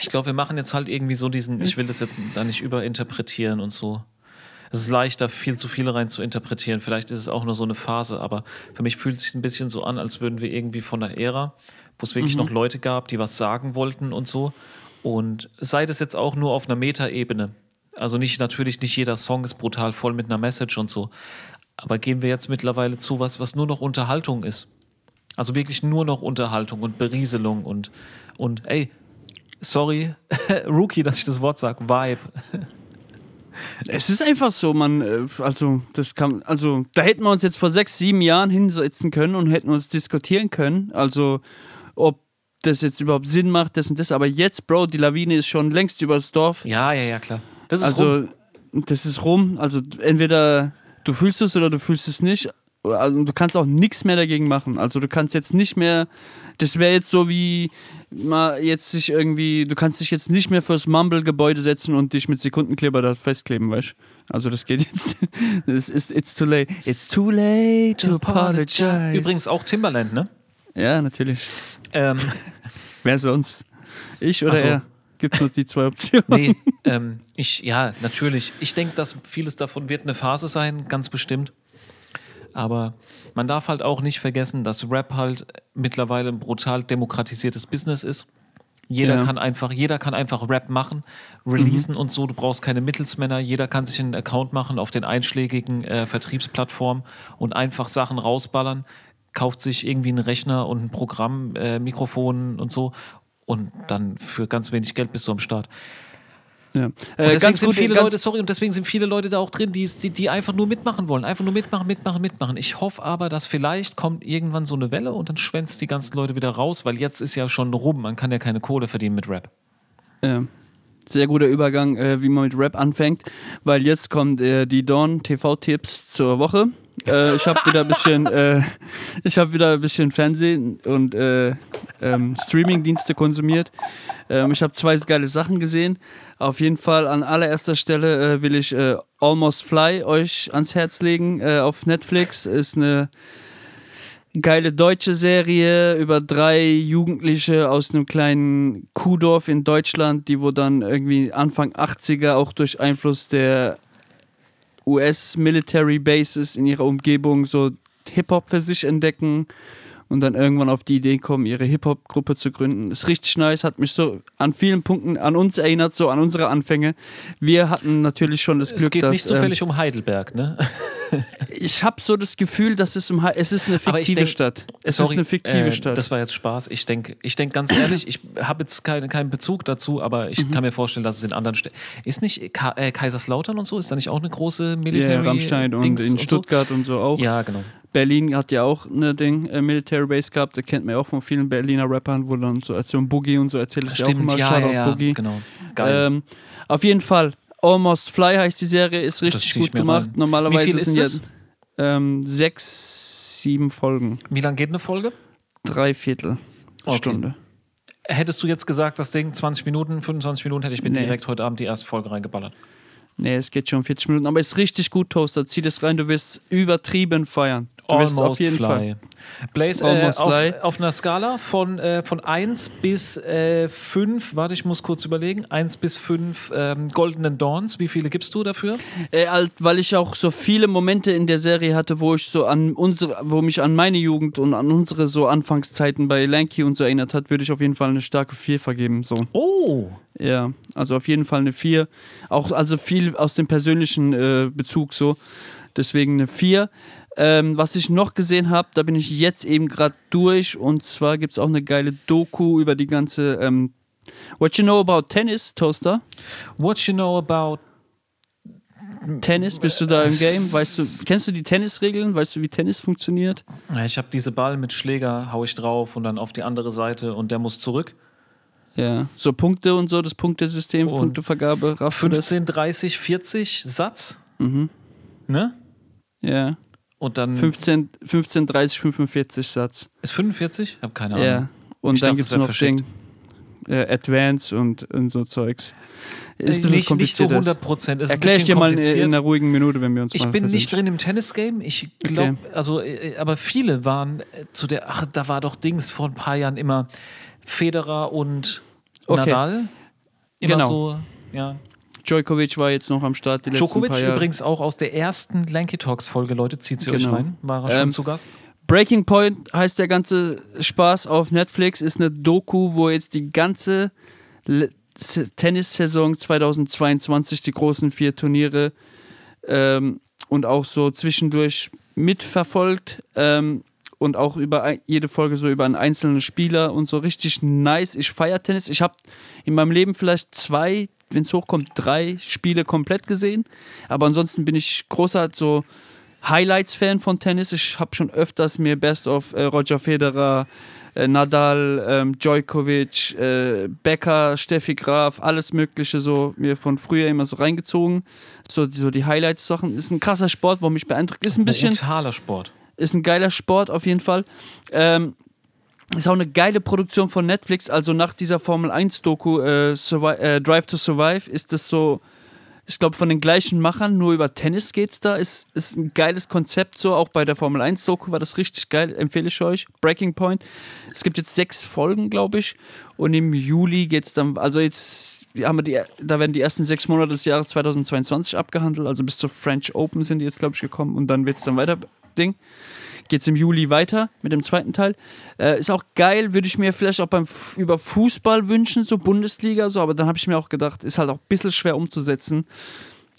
A: ich glaube, wir machen jetzt halt irgendwie so diesen, ich will das jetzt da nicht überinterpretieren und so. Es ist leichter, viel zu viel rein zu interpretieren. Vielleicht ist es auch nur so eine Phase, aber für mich fühlt es sich ein bisschen so an, als würden wir irgendwie von einer Ära, wo es wirklich noch Leute gab, die was sagen wollten und so. Und sei das jetzt auch nur auf einer Metaebene. Also nicht, natürlich nicht jeder Song ist brutal voll mit einer Message und so. Aber gehen wir jetzt mittlerweile zu was, was nur noch Unterhaltung ist. Also wirklich nur noch Unterhaltung und Berieselung und, und ey, sorry, Rookie, dass ich das Wort sage, Vibe.
B: Es ist einfach so, man, äh, also das kann, also da hätten wir uns jetzt vor sechs, sieben Jahren hinsetzen können und hätten uns diskutieren können, also ob das jetzt überhaupt Sinn macht, das und das. Aber jetzt, Bro, die Lawine ist schon längst übers Dorf.
A: Ja, ja, ja, klar. Das ist rum.
B: Also das ist rum. Also entweder du fühlst es oder du fühlst es nicht. Also, du kannst auch nichts mehr dagegen machen. Also du kannst jetzt nicht mehr. Das wäre jetzt so wie mal jetzt sich irgendwie. Du kannst dich jetzt nicht mehr fürs Mumble-Gebäude setzen und dich mit Sekundenkleber da festkleben, weißt du? Also das geht jetzt. Es ist it's too late. It's too late to apologize.
A: Übrigens auch Timberland, ne?
B: Ja, natürlich.
A: Ähm,
B: Wer sonst? Ich oder
A: Ach so.
B: er? Gibt nur die zwei Optionen.
A: nee, ähm, ich, ja, natürlich. Ich denke, dass vieles davon wird eine Phase sein, ganz bestimmt. Aber man darf halt auch nicht vergessen, dass Rap halt mittlerweile ein brutal demokratisiertes Business ist. Jeder,
B: Ja.
A: kann einfach, jeder kann einfach Rap machen, releasen und so. Du brauchst keine Mittelsmänner. Jeder kann sich einen Account machen auf den einschlägigen äh, Vertriebsplattformen und einfach Sachen rausballern. Kauft sich irgendwie einen Rechner und ein Programm, äh, Mikrofon und so. Und dann für ganz wenig Geld bist du am Start.
B: Ja.
A: Und
B: Äh,
A: deswegen sind viele Leute, sorry, und deswegen sind viele Leute da auch drin, die, es- die, die einfach nur mitmachen wollen. Einfach nur mitmachen, mitmachen, mitmachen. Ich hoffe aber, dass vielleicht kommt irgendwann so eine Welle und dann schwänzt die ganzen Leute wieder raus, weil jetzt ist ja schon rum. Man kann ja keine Kohle verdienen mit Rap.
B: Ja. Sehr guter Übergang, äh, wie man mit Rap anfängt, weil jetzt kommt äh, die Dawn TV-Tipps zur Woche. Äh, ich habe wieder ein bisschen, äh, ich habe wieder ein bisschen Fernsehen und äh, ähm, Streaming-Dienste konsumiert. Ähm, ich habe zwei geile Sachen gesehen. Auf jeden Fall an allererster Stelle äh, will ich äh, Almost Fly euch ans Herz legen äh, auf Netflix. Ist eine geile deutsche Serie über drei Jugendliche aus einem kleinen Kuhdorf in Deutschland, die wo dann irgendwie Anfang 80er auch durch Einfluss der US-Military Bases in ihrer Umgebung so Hip-Hop für sich entdecken und dann irgendwann auf die Idee kommen, ihre Hip-Hop-Gruppe zu gründen. Ist richtig nice, hat mich so an vielen Punkten an uns erinnert, so an unsere Anfänge. Wir hatten natürlich schon das Glück,
A: es geht
B: dass
A: nicht zufällig um Heidelberg, ne?
B: ähm, ich habe so das Gefühl, dass es im He es ist eine
A: Aber ich
B: fiktive
A: denk-
B: Stadt. Es ist
A: Sorry,
B: eine fiktive
A: äh,
B: Stadt.
A: Das war jetzt Spaß. Ich denke ich denk ganz ehrlich, ich habe jetzt keine, keinen Bezug dazu, aber
B: Mhm.
A: ich kann mir vorstellen, dass es in anderen Städten. Ist nicht Ka äh, Kaiserslautern und so? Ist da nicht auch eine große
B: Ja,
A: Military?
B: ja, Rammstein und
A: Dings
B: in Stuttgart und so auch.
A: So? Ja, genau.
B: Berlin hat ja auch eine Ding, äh, Military Base gehabt, das kennt man ja auch von vielen Berliner Rappern, wo dann so als so ein Boogie und so erzählt ist ja auch immer Shoutout Boogie.
A: genau. Geil.
B: Ähm, auf jeden Fall, Almost Fly heißt die Serie, ist richtig
A: zieh ich
B: gut
A: mir
B: gemacht.
A: rein. Wie
B: Normalerweise
A: viel
B: sind
A: ist
B: ja ähm, sechs, sieben Folgen,
A: Wie lange geht eine Folge?
B: drei Viertel
A: Okay.
B: Stunde.
A: Hättest du jetzt gesagt, das Ding 20 Minuten, 25 Minuten, hätte ich mir
B: Nee.
A: direkt heute Abend die erste Folge reingeballert.
B: Nee, es geht schon 40 Minuten, aber ist richtig gut, Toaster. Zieh das rein, du wirst übertrieben feiern. Du wirst auf jeden Fall.
A: Blaze, äh,
B: Almost
A: auf,
B: Fly.
A: auf einer Skala von, äh, von 1 bis äh, 5, warte, ich muss kurz überlegen, 1 bis 5 ähm, Goldenen Dawns, wie viele gibst du dafür?
B: Äh, halt, weil ich auch so viele Momente in der Serie hatte, wo ich so an unsere, wo mich an meine Jugend und an unsere so Anfangszeiten bei Lanky und so erinnert hat, würde ich auf jeden Fall eine starke 4 vergeben. So.
A: Oh,
B: Ja. Also auf jeden Fall eine 4. Auch also viel aus dem persönlichen äh, Bezug so. Deswegen eine 4. Ähm, was ich noch gesehen habe, da bin ich jetzt eben gerade durch. Und zwar gibt es auch eine geile Doku über die ganze ähm, What you know about Tennis, Toaster?
A: What you know about
B: Tennis, bist du da im Game? Weißt du, kennst du die Tennisregeln? Weißt du, wie Tennis funktioniert?
A: Ja, ich habe diese Ball mit Schläger, hau ich drauf und dann auf die andere Seite und der muss zurück.
B: Ja. So Punkte und so, das Punktesystem,
A: Und
B: Punktevergabe, raffst du das?
A: 15,
B: Mhm.
A: 30, 40 Satz. Ne?
B: Ja.
A: Und dann
B: 15, 15, 30, 45 Satz.
A: ist 45? Ich habe keine Ahnung.
B: Ja. Und
A: Ich dachte,
B: dann gibt
A: es
B: es
A: wär
B: noch
A: verschickt.
B: Ding. Äh, Advance und, und so Zeugs. Ist ein
A: Äh,
B: bisschen
A: nicht, nicht so
B: komplizierter.
A: 100 Prozent.
B: Erklär ich dir mal in, in einer ruhigen Minute, wenn wir uns
A: Ich
B: mal
A: bin nicht
B: persönlich-
A: drin im Tennis-Game. Ich glaube, also, äh, aber viele waren äh, zu der, ach, da war doch Dings vor ein paar Jahren immer Federer und
B: Okay.
A: Nadal. Immer
B: Genau.
A: so, ja.
B: Djokovic war jetzt noch am Start die letzten
A: Djokovic
B: paar Jahre.
A: übrigens auch aus der ersten Lanky Talks Folge, Leute, zieht sie euch
B: Genau.
A: rein. War er schon
B: Ähm,
A: zu Gast?
B: Breaking Point heißt der ganze Spaß auf Netflix, ist eine Doku, wo jetzt die ganze Le- S- Tennissaison 2022, die großen vier Turniere ähm, und auch so zwischendurch mitverfolgt ähm, und auch über ein- jede Folge so über einen einzelnen Spieler und so richtig nice. Ich feiere Tennis. Ich habe in meinem Leben vielleicht zwei, wenn es hochkommt, drei Spiele komplett gesehen. Aber ansonsten bin ich großer so Highlights-Fan von Tennis. Ich habe schon öfters mir Best of äh, Roger Federer, äh, Nadal, ähm, Djokovic, äh, Becker, Steffi Graf, alles Mögliche so mir von früher immer so reingezogen. So, so die Highlights-Sachen. Ist ein krasser Sport, wo mich beeindruckt. Ist ein bisschen
A: Brutaler Sport.
B: ist ein geiler Sport auf jeden Fall. Ähm, ist auch eine geile Produktion von Netflix. Also nach dieser Formel 1-Doku äh, Survi- äh, Drive to Survive ist das so, ich glaube, von den gleichen Machern, nur über Tennis geht's da. Ist, ist ein geiles Konzept so. Auch bei der Formel 1-Doku war das richtig geil. Empfehle ich euch. Breaking Point. Es gibt jetzt sechs Folgen, glaube ich. Und im Juli geht's dann, also jetzt wir haben die, da werden die ersten sechs Monate des Jahres 2022 abgehandelt. Also bis zur French Open sind die jetzt, glaube ich, gekommen. Und dann wird's dann weiter Ding geht es im Juli weiter mit dem zweiten Teil. Äh, ist auch geil, würde ich mir vielleicht auch beim F über Fußball wünschen, so Bundesliga, so, aber dann habe ich mir auch gedacht, ist halt auch ein bisschen schwer umzusetzen.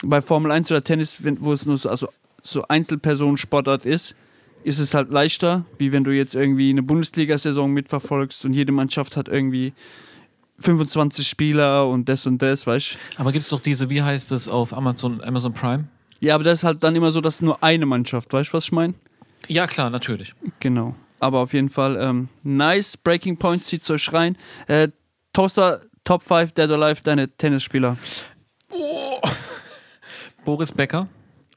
B: Bei Formel 1 oder Tennis, wenn, wo es nur so, also, so Einzelpersonen-Sportart ist, ist es halt leichter, wie wenn du jetzt irgendwie eine Bundesliga-Saison mitverfolgst und jede Mannschaft hat irgendwie 25 Spieler und das und das, weißt du?
A: Aber gibt es doch diese, wie heißt es auf Amazon, Amazon Prime?
B: Ja, aber das ist halt dann immer so, dass nur eine Mannschaft, weißt du, was ich meine?
A: Ja, klar, natürlich.
B: Genau. Aber auf jeden Fall ähm, nice. Breaking Point zieht euch rein. Äh, Toaster, Top 5 Dead or Alive, deine Tennisspieler.
A: Boris Becker,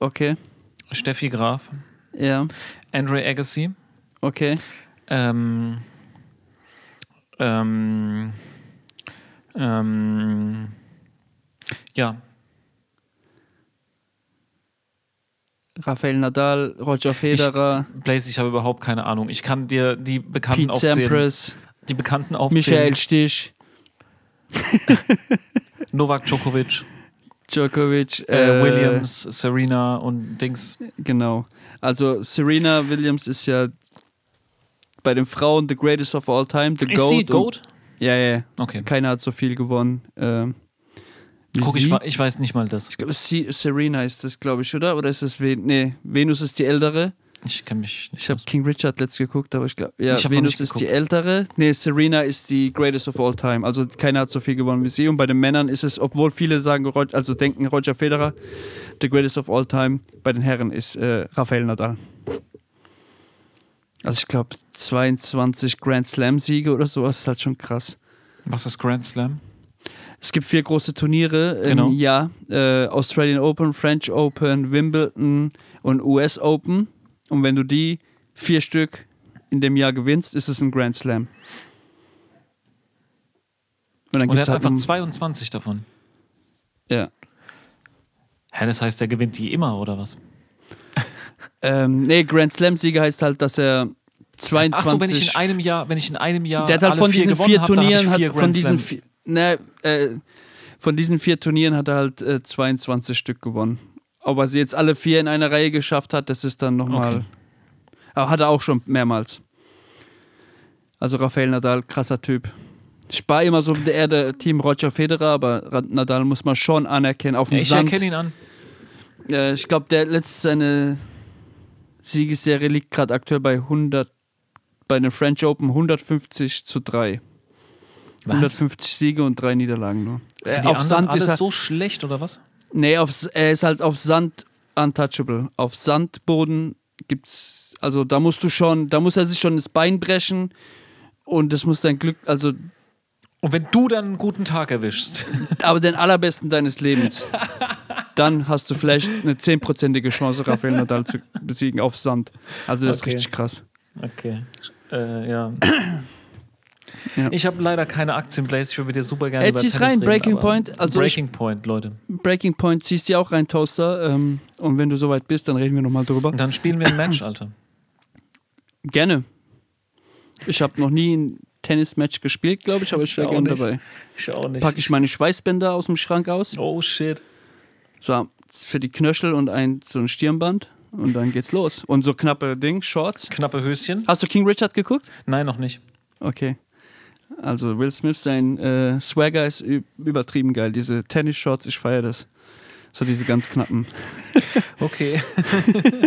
B: Okay.
A: Steffi Graf,
B: Ja.
A: Andre Agassi,
B: Okay.
A: ähm, ähm, ähm, ja,
B: Rafael Nadal, Roger Federer,
A: Blaze, ich habe überhaupt keine Ahnung. Ich kann dir die Bekannten
B: Pete
A: aufzählen.
B: Sampras,
A: Die Bekannten aufzählen.
B: Michael Stich,
A: Novak Djokovic,
B: Djokovic,
A: äh,
B: äh,
A: Williams, Serena und Dings.
B: Genau. Also Serena Williams ist ja bei den Frauen the greatest of all time, the
A: Ist
B: GOAT.
A: die
B: und-
A: Goat?
B: Ja, ja.
A: Okay.
B: Keiner hat so viel gewonnen. Ähm, wie
A: Guck, ich,
B: sie.
A: wa- ich weiß nicht mal das.
B: Ich glaube, Se- Serena ist das, glaube ich, oder? Oder ist es Venus? Nee, Venus ist die ältere.
A: Ich kenne mich nicht.
B: Ich habe
A: aus.
B: King Richard letzt geguckt, aber ich glaube, ja,
A: Ich hab noch
B: Venus
A: nicht
B: ist die
A: geguckt.
B: ältere. Nee, Serena ist die greatest of all time. Also keiner hat so viel gewonnen wie sie. Und bei den Männern ist es, obwohl viele sagen, Rog- also denken Roger Federer, the greatest of all time. Bei den Herren ist äh, Rafael Nadal. Also ich glaube, 22 Grand Slam-Siege oder sowas ist halt schon krass.
A: Was ist Grand Slam?
B: Es gibt vier große Turniere
A: Genau.
B: im Jahr: äh, Australian Open, French Open, Wimbledon und US Open. Und wenn du die vier Stück in dem Jahr gewinnst, ist es ein Grand Slam. Und dann
A: Und er
B: gibt es
A: hat
B: halt
A: einfach
B: noch-
A: 22 davon.
B: ja.
A: Hä, das heißt, er gewinnt die immer, oder was?
B: ähm, Nee, Grand Slam-Sieger heißt halt, dass er 22.
A: Achso, wenn ich in einem Jahr, wenn ich in einem Jahr.
B: Der hat halt
A: alle
B: von
A: vier
B: diesen
A: gewonnen
B: vier
A: hab, dann hab ich
B: Turnieren,
A: vier
B: hat, von
A: Grand Slam.
B: diesen vier, ne, äh, von diesen vier Turnieren hat er halt äh, 22 Stück gewonnen. Ob er sie jetzt alle vier in einer Reihe geschafft hat, das ist dann nochmal.
A: Okay.
B: Aber hat er auch schon mehrmals. Also Rafael Nadal, krasser Typ. Ich spare immer so der, der Team Roger Federer, aber Ra- Nadal muss man schon anerkennen. Auf dem
A: Ich
B: Sand.
A: erkenne ihn an.
B: Äh, ich glaube, der letzte seine Siegesserie liegt gerade aktuell bei 100, bei einem French Open 150 zu 3. 150 Siege und drei Niederlagen nur.
A: Sind
B: Äh,
A: Also die
B: auf
A: anderen
B: Sand
A: alles
B: ist er,
A: so schlecht oder was?
B: nee, auf, S- er ist halt auf Sand untouchable. Auf Sandboden gibt's, also da musst du schon, da muss er sich schon das Bein brechen und das muss dein Glück, also
A: Und wenn du dann einen guten Tag erwischst,
B: aber den allerbesten deines Lebens, dann hast du vielleicht eine 10%ige Chance, Rafael Nadal zu besiegen auf Sand. Also das
A: Okay.
B: ist richtig krass.
A: Okay. Äh, ja.
B: Ja.
A: Ich habe leider keine Aktienplays. Ich würde mit dir super gerne.
B: Ey,
A: über
B: zieh's
A: Tennis
B: rein,
A: reden,
B: Breaking
A: aber-
B: Point. Also
A: Breaking Point, Leute.
B: Breaking Point ziehst dir auch rein, Toaster. Ähm, und wenn du soweit bist, dann reden wir nochmal drüber.
A: Und dann spielen wir ein Match, Alter.
B: Gerne. Ich habe noch nie ein Tennismatch gespielt, glaube ich, aber ich wäre
A: auch
B: gerne
A: nicht.
B: dabei.
A: Ich auch nicht.
B: Packe ich meine Schweißbänder aus dem Schrank aus,
A: Oh shit.
B: so für die Knöchel und ein so ein Stirnband und dann geht's los. Und so knappe Ding, Shorts.
A: Knappe Höschen.
B: Hast du King Richard geguckt?
A: Nein, noch nicht.
B: Okay. Also Will Smith, sein äh, Swagger ist ü- übertrieben geil. Diese Tennis-Shorts, ich feiere das. So diese ganz knappen.
A: Okay.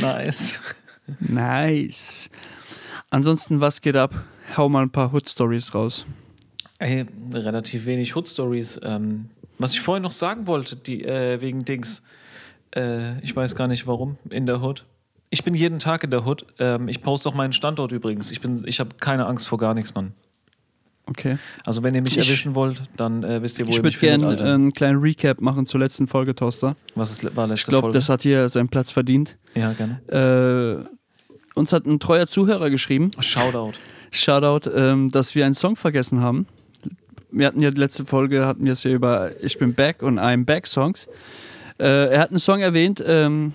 A: nice.
B: Nice. Ansonsten, was geht ab? Hau mal ein paar Hood-Stories raus.
A: Ey, relativ wenig Hood-Stories. Ähm, was ich vorhin noch sagen wollte, die, äh, wegen Dings. Äh, ich weiß gar nicht warum, in der Hood. Ich bin jeden Tag in der Hood. Ähm, ich poste auch meinen Standort übrigens. Ich, bin- ich habe keine Angst vor gar nichts, Mann.
B: Okay.
A: Also wenn ihr mich
B: Ich-
A: erwischen wollt, dann äh, wisst ihr, wo
B: ich
A: ihr
B: würde
A: mich findet,
B: gerne äh,
A: Alter.
B: einen kleinen Recap machen zur letzten Folge, Toaster.
A: Was ist, le- war letzte
B: äh, Ich glaube,
A: Folge?
B: das hat hier seinen Platz verdient.
A: ja, gerne.
B: Äh, uns hat ein treuer Zuhörer geschrieben,
A: Shoutout.
B: Shoutout, ähm, dass wir einen Song vergessen haben. Wir hatten ja die letzte Folge, hatten wir es ja über Ich bin back und I'm back Songs. Äh, er hat einen Song erwähnt, ähm,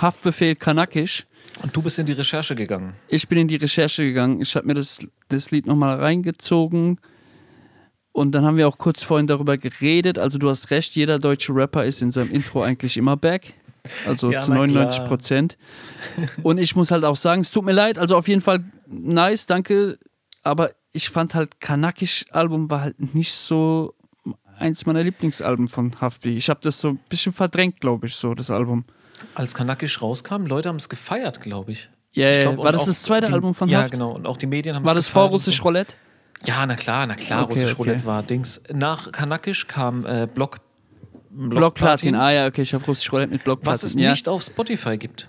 B: Haftbefehl Kanakisch.
A: Und du bist in die Recherche gegangen.
B: ich bin in die Recherche gegangen. Ich habe mir das, das Lied nochmal reingezogen. Und dann haben wir auch kurz vorhin darüber geredet. Also, du hast recht, jeder deutsche Rapper ist in seinem Intro eigentlich immer back. Also
A: Ja,
B: zu
A: na klar.
B: 99 Prozent. Und ich muss halt auch sagen, es tut mir leid. Also, auf jeden Fall nice, danke. Aber ich fand halt, Kanakisch-Album war halt nicht so eins meiner Lieblingsalben von Hafti. Ich habe das so ein bisschen verdrängt, glaube ich, so, das Album.
A: Als Kanakisch rauskam, Leute haben es gefeiert, glaube ich.
B: Ja,
A: ich
B: ja,
A: glaub,
B: war
A: und
B: das
A: auch
B: das zweite
A: die,
B: Album von
A: Ja,
B: Haft?
A: genau. Und auch die Medien haben
B: War
A: es
B: das
A: gefeiert
B: vor
A: und
B: Russisch Roulette?
A: Ja, na klar, na klar,
B: Okay,
A: russisch
B: okay.
A: Roulette war Dings. Nach Kanakisch kam äh, Block,
B: Blockplatin. Ah ja, okay, ich habe russisch Roulette mit Blockplatin.
A: was es
B: ja.
A: nicht auf Spotify gibt.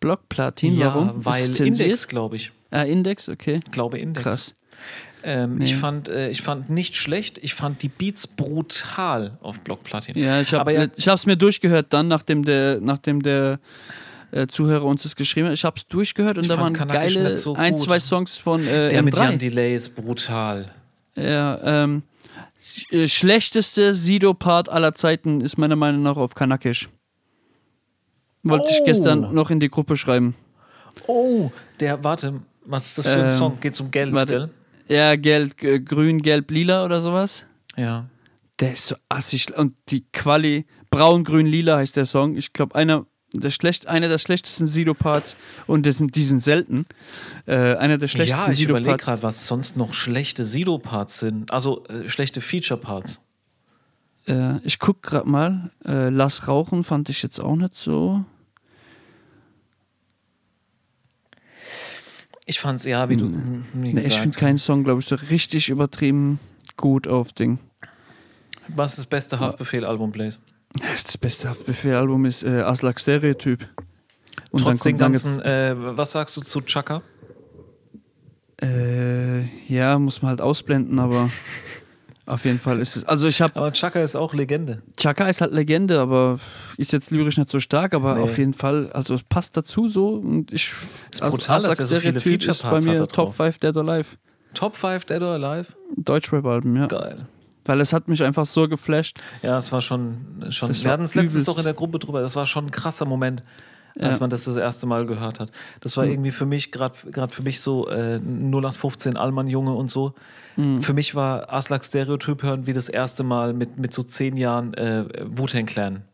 B: Blockplatin, warum?
A: weil
B: Ist es zensiert?
A: Index, glaube ich.
B: Ah, Index, okay.
A: Glaube Index.
B: Krass.
A: Ähm, Ich
B: Nee.
A: fand, äh, ich fand nicht schlecht. Ich fand die Beats brutal auf Block Platin.
B: Ja, ich habe
A: Aber ja,
B: ich hab's mir durchgehört dann, nachdem der, nachdem der äh, Zuhörer uns das geschrieben hat. Ich habe es durchgehört und
A: Ich
B: da
A: fand
B: waren
A: Kanakisch
B: geile
A: nicht so
B: ein,
A: gut.
B: zwei Songs von äh,
A: der mit Jan
B: M3.
A: Delays brutal.
B: ja, ähm, sch- äh, schlechteste Sido-Part aller Zeiten ist meiner Meinung nach auf Kanakisch. Wollte ich
A: Oh.
B: gestern noch in die Gruppe schreiben.
A: Oh, der, warte, was ist das für ein
B: Ähm,
A: Song? Geht um Geld,
B: Warte.
A: gell?
B: Ja, gelb, äh, grün, gelb, lila oder sowas.
A: Ja.
B: Der ist so assig. Und die Quali, braun, grün, lila heißt der Song. Ich glaube, einer der, schlecht, einer der schlechtesten Sido-Parts. Und das sind, die sind selten. Äh, einer der schlechtesten
A: Ja, ich überlege
B: Sido-Parts.
A: gerade, was sonst noch schlechte Sido-Parts sind. Also äh, schlechte Feature-Parts.
B: Äh, ich guck gerade mal. Äh, Lass rauchen fand ich jetzt auch nicht so.
A: Ich fand's ja, wie du hm, wie
B: Nee, ich
A: gesagt.
B: finde keinen Song, glaube ich, so richtig übertrieben gut auf Ding.
A: was ist das beste Haftbefehl-Album, Blaze?
B: Das beste Haftbefehl-Album ist äh, Aslak Stereotyp. Und
A: Trotz den
B: jetzt-
A: ganzen, äh, was sagst du zu Chaka?
B: Äh, ja, muss man halt ausblenden, aber auf jeden Fall ist es. Also ich habe
A: Aber Chaka ist auch Legende.
B: Chaka ist halt Legende, aber ist jetzt lyrisch nicht so stark, aber
A: Nee.
B: auf jeden Fall, also es passt dazu so und ich
A: Ist brutal, dass
B: Aslak
A: der so viele
B: Stereotyp ist bei
A: Feature-Parts hat da
B: mir
A: drauf.
B: Top 5 Dead or Alive.
A: Top 5 Dead or Alive?
B: Deutschrap-Album, ja.
A: Geil.
B: Weil es hat mich einfach so geflasht.
A: Ja, es war schon. schon
B: Das
A: wir
B: war
A: hatten es letztens
B: übelst.
A: doch in der Gruppe drüber. Das war schon ein krasser Moment, als
B: Ja.
A: man das das erste Mal gehört hat. Das war irgendwie für mich, gerade für mich so äh, 0815 Allmann-Junge und so.
B: Mhm.
A: Für mich war Aslak Stereotyp hören wie das erste Mal mit, mit so zehn Jahren äh, Wu-Tang-Clan.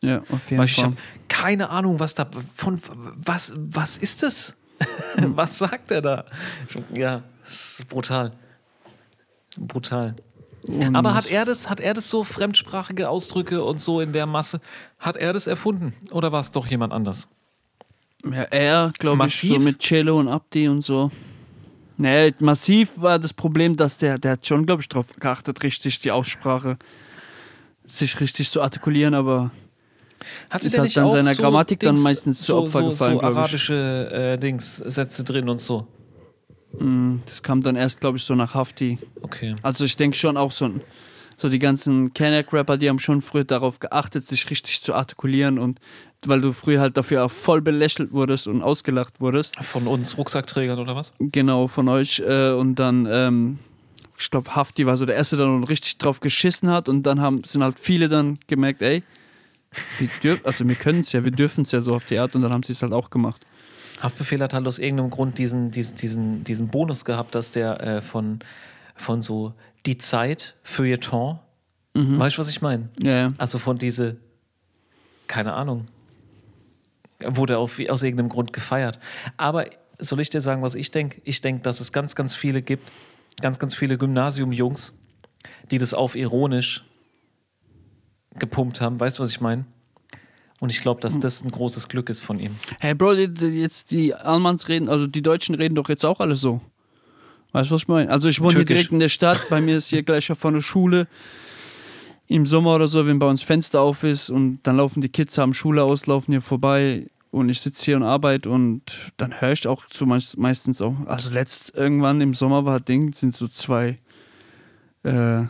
B: Ja, auf jeden
A: Weil ich
B: Fall.
A: habe keine Ahnung, was da. von Was, was ist das?
B: Hm.
A: was sagt er da? Ich- Ja, es ist brutal. Brutal.
B: Und-
A: Aber hat er das, hat er das so fremdsprachige Ausdrücke und so in der Masse, hat er das erfunden? Oder war es doch jemand anders?
B: ja, er, glaube ich, so
A: Massiv?
B: mit Cello und Abdi und so. Nee, massiv war das Problem, dass der, der hat schon, glaube ich, darauf geachtet, richtig die Aussprache sich richtig zu artikulieren, aber
A: Hatte
B: Ist
A: der
B: halt
A: nicht
B: dann
A: auch
B: seiner
A: so
B: Grammatik dann
A: Dings,
B: meistens zu
A: so,
B: Opfer
A: so,
B: gefallen,
A: So
B: glaub ich.
A: arabische äh, Dings, Sätze drin und so.
B: das kam dann erst, glaube ich, so nach Hafti.
A: Okay.
B: Also ich denke schon auch so, ein- so die ganzen Kenneck-Rapper, die haben schon früher darauf geachtet, sich richtig zu artikulieren und weil du früher halt dafür auch voll belächelt wurdest und ausgelacht wurdest.
A: Von uns Rucksackträgern oder was?
B: Genau, von euch. Äh, und dann, ähm, ich glaube, Hafti war so der Erste, der dann richtig drauf geschissen hat. Und dann haben, sind halt viele dann gemerkt, ey, wir dürf, also wir können es ja, wir dürfen es ja so auf die Art. Und dann haben sie es halt auch gemacht.
A: Haftbefehl hat halt aus irgendeinem Grund diesen, diesen, diesen, diesen Bonus gehabt, dass der äh, von, von so die Zeit, Feuilleton, weißt du, was ich meine?
B: Ja, ja.
A: Also von diese, keine Ahnung, wurde auf, aus irgendeinem Grund gefeiert. Aber soll ich dir sagen, was ich denke? Ich denke, dass es ganz, ganz viele gibt, ganz, ganz viele Gymnasium-Jungs, die das auf ironisch gepumpt haben. Weißt du, was ich meine? Und ich glaube, dass das ein großes Glück ist von ihm.
B: Hey Bro, die, die, jetzt die Almans reden, also die Deutschen reden doch jetzt auch alle so. Weißt du, was ich meine? Also ich wohne hier
A: Türkisch.
B: direkt in der Stadt, bei mir ist hier gleich vor der Schule. Im Sommer oder so, wenn bei uns Fenster auf ist und dann laufen die Kids, haben Schule aus, laufen hier vorbei und ich sitze hier und arbeite und dann höre ich auch zu meist, meistens auch. Also letzt irgendwann im Sommer war Ding, sind so zwei, äh,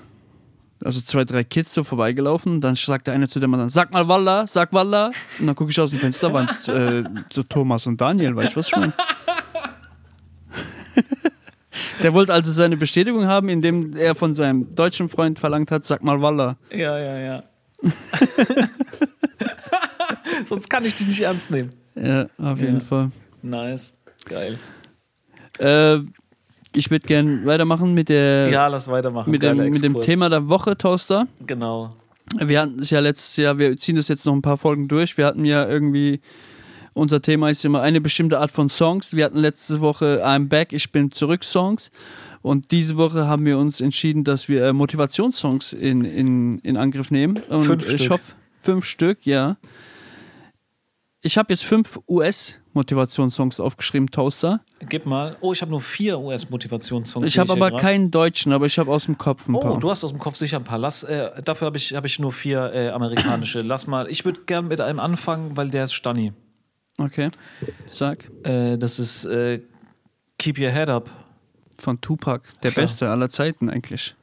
B: also zwei, drei Kids so vorbeigelaufen. Dann sagt der eine zu dem anderen, sag mal Walla, sag Walla. Und dann gucke ich aus dem Fenster, waren es äh, so Thomas und Daniel, weißt du was schon? Der wollte also seine Bestätigung haben, indem er von seinem deutschen Freund verlangt hat, sag mal Walla.
A: Ja, ja, ja. Sonst kann ich dich nicht ernst nehmen.
B: Ja, auf
A: Ja.
B: jeden Fall.
A: Nice. Geil.
B: Äh, ich würde gerne weitermachen mit der
A: Ja, lass weitermachen.
B: Äh, mit, dem,
A: Geiler
B: mit dem
A: Exkurs.
B: Thema der Woche, Toaster.
A: Genau.
B: Wir hatten es ja letztes Jahr, wir ziehen das jetzt noch ein paar Folgen durch. Wir hatten ja irgendwie, unser Thema ist immer eine bestimmte Art von Songs. Wir hatten letzte Woche I'm Back, ich bin zurück Songs. Und diese Woche haben wir uns entschieden, dass wir äh, Motivationssongs in, in, in Angriff nehmen. Und
A: Fünf
B: ich
A: Stück.
B: hoffe, fünf Stück, ja. Ich habe jetzt fünf US-Motivationssongs aufgeschrieben, Toaster.
A: Gib mal. Oh, ich habe nur vier US-Motivationssongs.
B: Ich
A: sehe
B: habe
A: hier
B: aber
A: grad.
B: keinen deutschen, aber ich habe aus dem Kopf ein
A: Oh,
B: paar.
A: du hast aus dem Kopf sicher ein paar. Lass, äh, dafür habe ich, hab ich nur vier äh, amerikanische. Lass mal. Ich würde gern mit einem anfangen, weil der ist Stani.
B: Okay. Sag.
A: Äh, das ist äh, Keep Your Head Up.
B: Von Tupac. Der
A: Klar.
B: beste aller Zeiten eigentlich.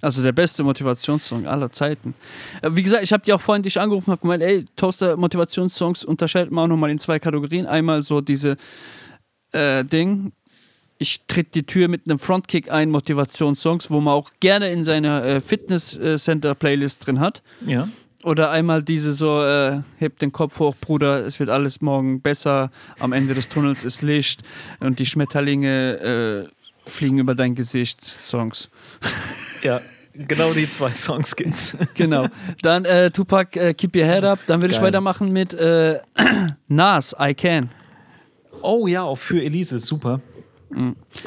B: Also der beste Motivationssong aller Zeiten. Äh, Wie gesagt, ich habe dir auch vorhin dich angerufen und habe gemeint, ey, Toaster, Motivationssongs unterscheidet man auch nochmal in zwei Kategorien. Einmal so diese äh, Ding, ich tritt die Tür mit einem Frontkick ein, Motivationssongs, wo man auch gerne in seiner äh, Fitness-Center-Playlist drin hat.
A: Ja.
B: Oder einmal diese so, äh, heb den Kopf hoch, Bruder, es wird alles morgen besser, am Ende des Tunnels ist Licht und die Schmetterlinge äh, fliegen über dein Gesicht, Songs.
A: Ja. Genau die zwei Songs gibt's.
B: Genau. Dann äh, Tupac, äh, Keep Your Head Up. Dann würde ich
A: Geil.
B: weitermachen mit äh, Nas, I Can.
A: Oh ja, auch für Elise, super.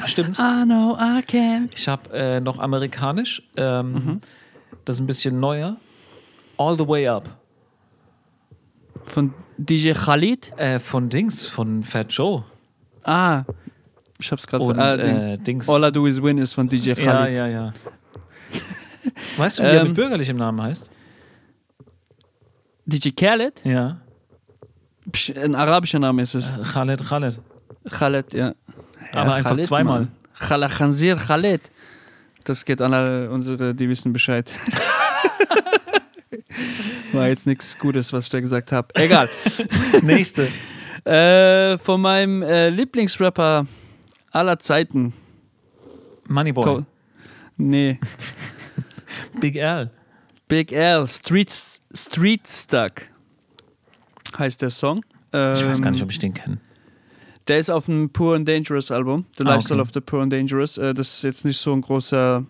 A: Stimmt.
B: I know I can.
A: Ich habe äh, noch amerikanisch. Ähm,
B: Mhm.
A: Das ist ein bisschen neuer. All the Way Up.
B: Von DJ Khalid.
A: Äh, von Dings, von Fat Joe.
B: Ah, ich hab's gerade
A: Und
B: ver- ah, Ding.
A: äh, Dings.
B: All I Do Is Win ist von DJ Khalid.
A: ja, ja, ja. Weißt du, wie er
B: Ähm.
A: mit bürgerlichem Namen heißt?
B: DJ Khaled?
A: Ja.
B: Psch, ein arabischer Name ist es.
A: Khaled, Khaled.
B: Khaled, ja.
A: Aber einfach zweimal.
B: Khala Khansir Khaled. Das geht an alle unsere, die wissen Bescheid. War jetzt nichts Gutes, was ich da gesagt habe. Egal.
A: Nächste.
B: äh, von meinem äh, Lieblingsrapper aller Zeiten.
A: Moneyboy.
B: To- Nee.
A: Big L.
B: Big L. Street, Street Stuck heißt der Song.
A: Ich weiß gar
B: Ähm,
A: nicht, ob ich den kenne.
B: Der ist auf dem Poor and Dangerous Album, The
A: Ah,
B: Lifestyle
A: okay.
B: of the Poor and Dangerous. Äh, das ist jetzt nicht so ein großer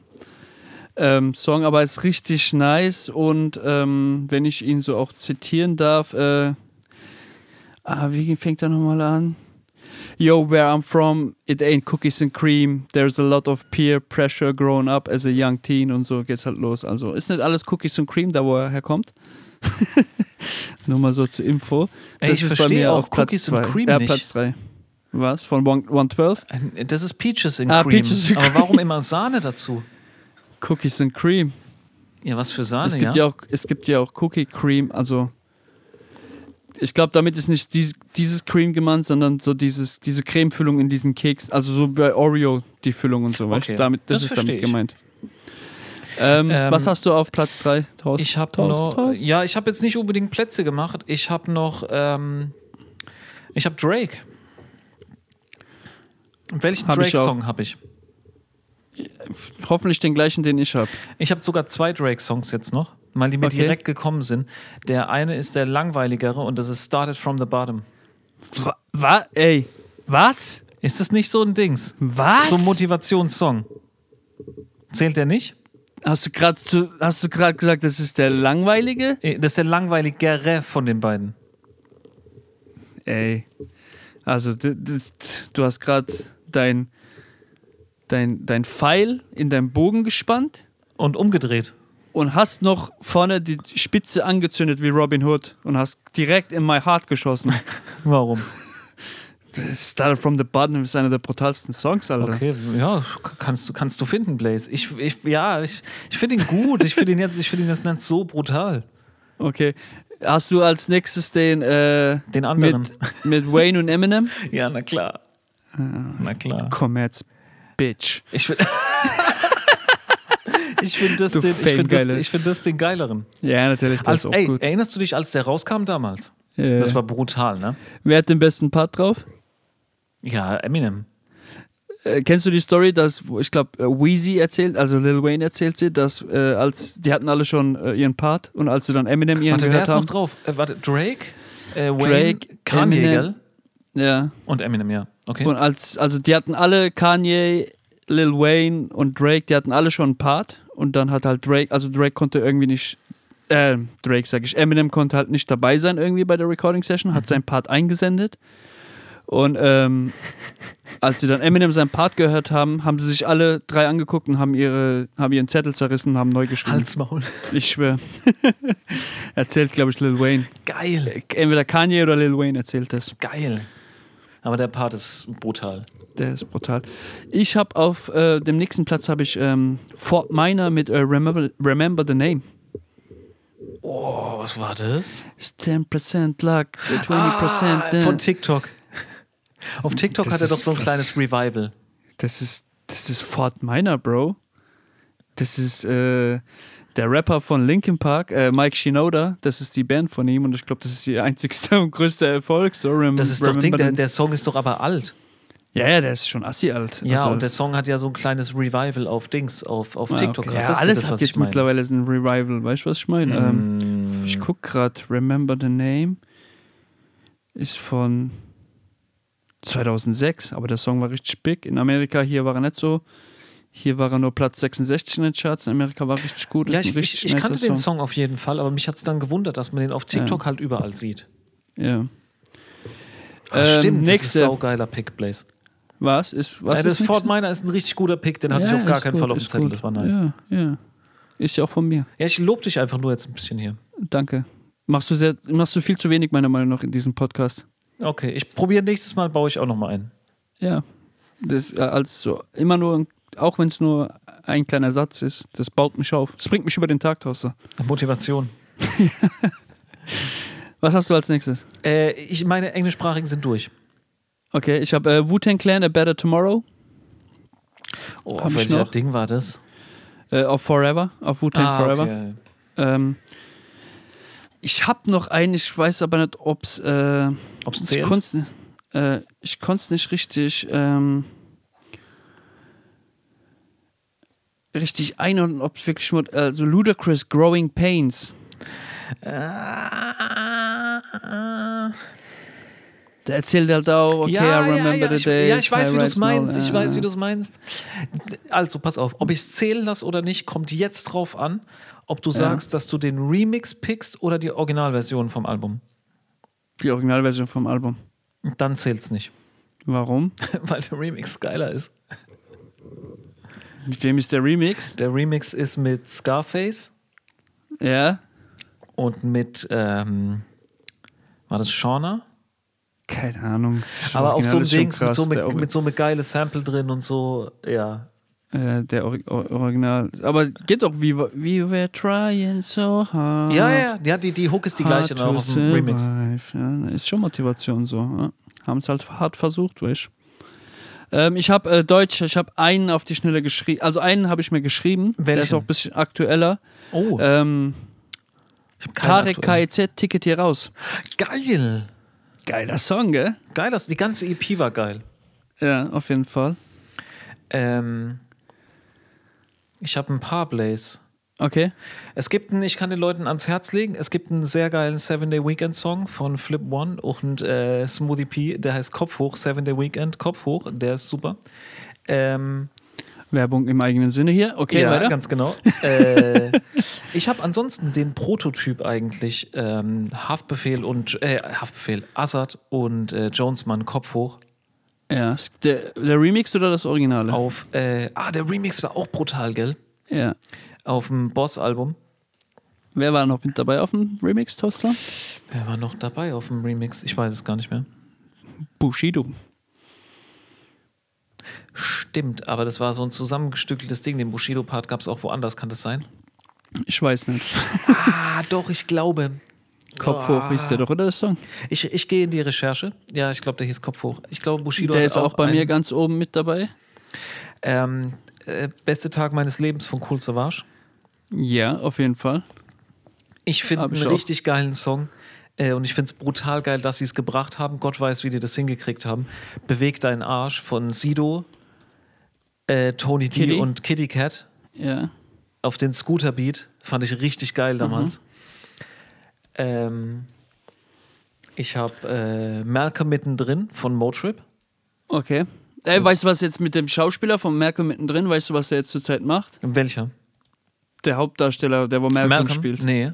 B: ähm, Song, aber ist richtig nice und ähm, wenn ich ihn so auch zitieren darf, äh, ah, wie fängt er nochmal an? Yo, where I'm from, it ain't cookies and cream. There's a lot of peer pressure growing up as a young teen und so geht's halt los. Also ist nicht alles Cookies and Cream, da wo er herkommt. Nur mal so zur Info.
A: Ey, ich verstehe auch Cookies and Cream
B: Ja,
A: nicht.
B: Platz 3. Was? Von 112?
A: Äh, Das ist Peaches in
B: Ah,
A: Cream.
B: Peaches in
A: Aber
B: Cream.
A: warum immer Sahne dazu?
B: Cookies and Cream.
A: Ja, was für Sahne,
B: es, gibt ja.
A: ja?
B: auch, es gibt ja auch Cookie Cream, also. Ich glaube, damit ist nicht dies, dieses Cream gemeint, sondern so dieses, diese Cremefüllung in diesen Keksen. Also so bei Oreo die Füllung und so. weißt du?
A: Okay.
B: Damit,
A: Das
B: das, ist damit
A: versteh ich.
B: gemeint. Ähm,
A: Ähm,
B: was hast du auf Platz 3?
A: Ich habe noch. Ja, ich habe jetzt nicht unbedingt Plätze gemacht. Ich habe noch. Ähm, ich habe Drake. Welchen
B: Hab ich
A: Drake-Song habe ich? äh,
B: Hoffentlich den gleichen, den ich habe.
A: Ich habe sogar zwei Drake-Songs jetzt noch, weil die mir
B: Okay.
A: direkt gekommen sind. Der eine ist der langweiligere und das ist Started from the Bottom.
B: Was? Ey. Was?
A: Ist das nicht so ein Dings?
B: Was?
A: So ein Motivationssong. Zählt der nicht?
B: Hast du gerade zu- hast du gerade gesagt, das ist der langweilige?
A: Äh, Das ist der langweiligere von den beiden.
B: Ey. Also d- d- du hast gerade dein dein dein Pfeil in deinem Bogen gespannt
A: Und umgedreht.
B: und hast noch vorne die Spitze angezündet wie Robin Hood und hast direkt in my heart geschossen.
A: Warum?
B: Started from the bottom ist einer der brutalsten Songs, Alter.
A: Okay, ja, k- kannst du, kannst du finden, Blaze. Ich, ich, ja, ich, ich finde ihn gut. Ich finde ihn, jetzt- ich find ihn jetzt nicht so brutal.
B: Okay. Hast du als nächstes den äh,
A: Den anderen.
B: mit mit Wayne und Eminem?
A: Ja, na klar. Ah. Na klar.
B: Commerz Bitch.
A: Ich finde ich find das,
B: Du
A: den- ich find das,
B: Fame-Geile.
A: ich find das den geileren.
B: Ja, natürlich, das
A: Als,
B: ist auch
A: Also, ey,
B: gut.
A: erinnerst du dich, als der rauskam damals?
B: Ja.
A: Das war brutal, ne?
B: Wer hat den besten Part drauf?
A: Ja, Eminem.
B: Äh, kennst du die Story, dass, wo ich glaube, Wheezy erzählt, also Lil Wayne erzählt sie, dass äh, als die hatten alle schon äh, ihren Part und als sie dann Eminem ihren
A: Warte, wer
B: gehört
A: ist noch
B: haben.
A: drauf? Äh, warte, Drake, äh, Wayne,
B: Drake,
A: Kanye,
B: Eminem.
A: gell?
B: Ja.
A: Und Eminem, ja. Okay.
B: Und als, also die hatten alle Kanye, Lil Wayne und Drake, die hatten alle schon einen Part und dann hat halt Drake, also Drake konnte irgendwie nicht, äh, Drake sag ich, Eminem konnte halt nicht dabei sein irgendwie bei der Recording Session, hat seinen Part eingesendet. Und ähm, als sie dann Eminem seinen Part gehört haben, haben sie sich alle drei angeguckt und haben ihre, haben ihren Zettel zerrissen und haben neu geschrieben.
A: Halsmaul.
B: Ich schwöre. erzählt, glaube ich, Lil Wayne.
A: Geil.
B: Entweder Kanye oder Lil Wayne erzählt das.
A: Geil. Aber der Part ist brutal.
B: Der ist brutal. Ich habe auf äh, dem nächsten Platz habe ich ähm, Fort Minor mit äh, Remember, Remember the Name.
A: Oh, was war das?
B: It's 10% Luck, 20% ah,
A: Von TikTok. Auf TikTok
B: Das
A: hat er doch
B: ist
A: so ein
B: was-
A: kleines Revival.
B: Das ist das ist Fort Minor, Bro. Das ist äh, der Rapper von Linkin Park, äh, Mike Shinoda. Das ist die Band von ihm und ich glaube, das ist ihr einzigster und größter Erfolg. So, Rem
A: Das ist doch Ding,
B: Remember
A: der,
B: the-
A: der Song ist doch aber alt.
B: ja, ja, der ist schon assi alt.
A: Ja,
B: Also-
A: und der Song hat ja so ein kleines Revival auf Dings, auf, auf
B: Ah,
A: TikTok.
B: okay.
A: gerade.
B: Ja,
A: Das ist
B: alles
A: das,
B: hat
A: was
B: jetzt
A: ich meine. Mm.
B: mittlerweile so ein Revival. Weißt du, was ich meine? Ähm, ich guck gerade, Remember the Name ist von 2006, aber der Song war richtig big. In Amerika hier war er nicht so. Hier war er nur Platz 66 in den Charts. In Amerika war er richtig gut.
A: Ja,
B: Ist ein
A: ich,
B: richtig
A: ich, ich
B: nicer
A: kannte den Song auf jeden Fall, aber mich hat es dann gewundert, dass man den auf TikTok halt überall sieht.
B: Ja.
A: Ah,
B: Ähm,
A: Stimmt,
B: nächste.
A: das ist ein saugeiler Pick, Blaze.
B: Was ist was
A: Äh, das
B: ist
A: Ford
B: nächstes?
A: Miner ist ein richtig guter Pick, den hatte
B: Ja,
A: ich auf gar
B: ist
A: keinen
B: gut,
A: Fall auf dem
B: ist
A: Zettel,
B: gut.
A: das war nice. Ja,
B: Ja, ja. Ist ja auch von mir.
A: ich lob dich einfach nur jetzt ein bisschen hier.
B: Danke. Machst du sehr, machst du viel zu wenig meiner Meinung nach in diesem Podcast.
A: Okay, ich probiere nächstes Mal, baue ich auch nochmal ein.
B: Ja. Das, äh, als so, immer nur, auch wenn es nur ein kleiner Satz ist, das baut mich auf. Das bringt mich über den Tag draußen.
A: Motivation.
B: Was hast du als nächstes?
A: Äh, ich, meine englischsprachigen sind durch.
B: Okay, ich habe äh, Wu-Tang Clan, A Better Tomorrow,
A: Oh,
B: Hab
A: auf
B: ich
A: welcher
B: noch?
A: Ding war das?
B: äh, auf Forever, auf Wu-Tang Forever.
A: Ah, okay.
B: Ähm, ich habe noch einen, ich weiß aber nicht, ob es... Äh,
A: Ob's
B: ich
A: zählt?
B: konnte äh, ich konnte es nicht richtig... Ähm, richtig einordnen, ob es wirklich... mal- Also Ludacris Growing Pains.
A: Ah,
B: Der erzählt halt auch, okay,
A: ja,
B: I remember
A: ja, ja,
B: the
A: ich,
B: days.
A: ja, ich weiß,
B: high
A: wie du es
B: rise now,
A: meinst. Ich
B: äh,
A: weiß, wie du es meinst. Also, pass auf, ob ich es zählen lasse oder nicht, kommt jetzt drauf an, ob du sagst, dass du den Remix pickst oder die Originalversion vom Album.
B: Die Originalversion vom Album.
A: Dann zählt's nicht,
B: Warum?
A: weil der Remix geiler ist.
B: Mit wem ist der Remix?
A: Der Remix ist mit Scarface
B: Ja,
A: und mit, ähm, war das Shauna?
B: Keine Ahnung.
A: Aber auf so einem
B: Original ist schon
A: Ding mit
B: krass.
A: so,
B: Der
A: mit,
B: Ori-
A: mit so einem geiles Sample drin und so, ja.
B: Äh, der Ori- Or- Original. Aber geht doch wie We were trying so hard.
A: Ja, ja, ja, die, die Hook ist die gleiche, dann auch auf dem Remix.
B: survive. Ja, ist schon Motivation so. Ja. Haben es halt hart versucht, weißt du. ähm, Ich habe äh, Deutsch, ich habe einen auf die Schnelle geschrieben. Also einen habe ich mir geschrieben. Der ist
A: Welchen?
B: auch ein bisschen aktueller.
A: Oh,
B: Ähm,
A: ich hab keine
B: Tarek
A: aktuelle.
B: KIZ, Ticket hier raus.
A: Geil!
B: Geiler Song, gell?
A: Geil, das, die ganze EP war geil.
B: Ja, auf jeden Fall.
A: Ähm, ich habe ein paar Plays.
B: Okay.
A: Es gibt einen, ich kann den Leuten ans Herz legen, es gibt einen sehr geilen Seven Day Weekend Song von Flip One und äh, Smoothie P, der heißt Kopf hoch, Seven Day Weekend, Kopf hoch, der ist super. Ähm,
B: Werbung im eigenen Sinne hier. Okay,
A: ja,
B: weiter.
A: ganz genau. äh, ich habe ansonsten den Prototyp eigentlich ähm, Haftbefehl und äh, Haftbefehl Assad und äh, Jonesmann Kopf hoch
B: ja, s- der, der Remix oder das Originale?
A: auf. Äh, ah, der Remix war auch brutal, gell?
B: Ja.
A: Auf dem Boss-Album.
B: Wer war noch mit dabei auf dem Remix-Toaster?
A: Wer war noch dabei auf dem Remix? Ich weiß es gar nicht mehr.
B: Bushido.
A: Stimmt, aber das war so ein zusammengestückeltes Ding. Den Bushido-Part gab es auch woanders, kann das sein?
B: Ich weiß nicht.
A: Ah, doch, ich glaube.
B: Kopf hoch hieß der doch, oder der Song?
A: Ich, ich gehe in die Recherche. Ja, ich glaube, der hieß Kopf hoch. Ich glaube, Bushido
B: der
A: hat
B: ist auch bei
A: einen,
B: mir ganz oben mit dabei.
A: Ähm, äh, Beste Tag meines Lebens von Cool Savage.
B: Ja, auf jeden Fall.
A: Ich finde
B: Hab ich
A: einen
B: auch.
A: richtig geilen Song. Äh, und ich finde es brutal geil, dass sie es gebracht haben. Gott weiß, wie die das hingekriegt haben. Beweg deinen Arsch von Sido, äh, Tony D
B: Kitty.
A: und Kitty Cat.
B: Ja.
A: auf den Scooter-Beat. Fand ich richtig
B: Mhm.
A: geil damals. Ähm, ich habe äh, Merke mittendrin von Motrip.
B: Okay. Ey, weißt du, was jetzt mit dem Schauspieler von Merkel mittendrin, weißt du, was der jetzt zurzeit macht?
A: Welcher?
B: Der Hauptdarsteller, der wo Merkel
A: Malcolm?
B: spielt.
A: Nee.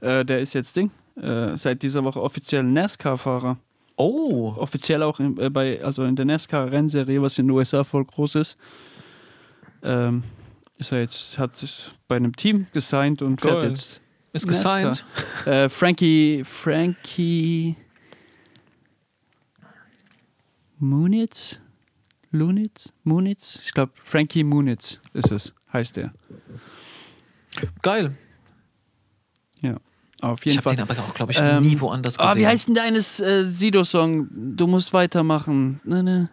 B: Äh, der ist jetzt Ding. Äh, seit dieser Woche offiziell NASCAR-Fahrer.
A: Oh,
B: Offiziell auch in, äh, bei, also in der NASCAR-Rennserie, was in den USA voll groß ist. Ähm, ist er jetzt, hat sich bei einem Team gesigned und fährt
A: Geil.
B: jetzt
A: ist
B: NASCAR.
A: gesigned.
B: Äh, Frankie, Frankie Munitz? Lunitz? Munitz? Ich glaube, Frankie Munitz ist es, heißt er.
A: Geil.
B: Ja, auf
A: Ich
B: jeden
A: habe
B: Fall.
A: den aber auch, glaube ich,
B: Ähm,
A: nie woanders gesehen.
B: Ah, wie heißt denn deines äh, Sido-Song? Du musst weitermachen. Ne, ne.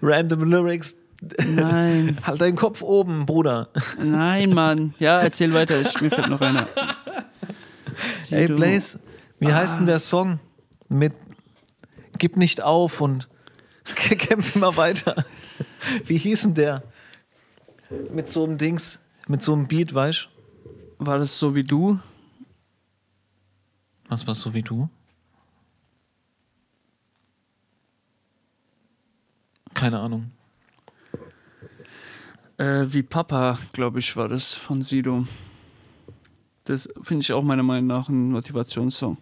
A: Random Lyrics.
B: Nein,
A: Halt deinen Kopf oben, Bruder.
B: nein, Mann. Ja, erzähl weiter, ich, mir fällt noch einer.
A: Ey,
B: Sido.
A: Blaze, wie heißt denn der Song mit Gib nicht auf und kämpf immer weiter? Wie hieß denn der? Mit so einem Dings, mit so einem Beat, weißt du?
B: War das so wie du?
A: Was war so wie du? Keine Ahnung.
B: Äh, wie Papa, glaube ich, war das von Sido. Das finde ich auch meiner Meinung nach ein Motivationssong.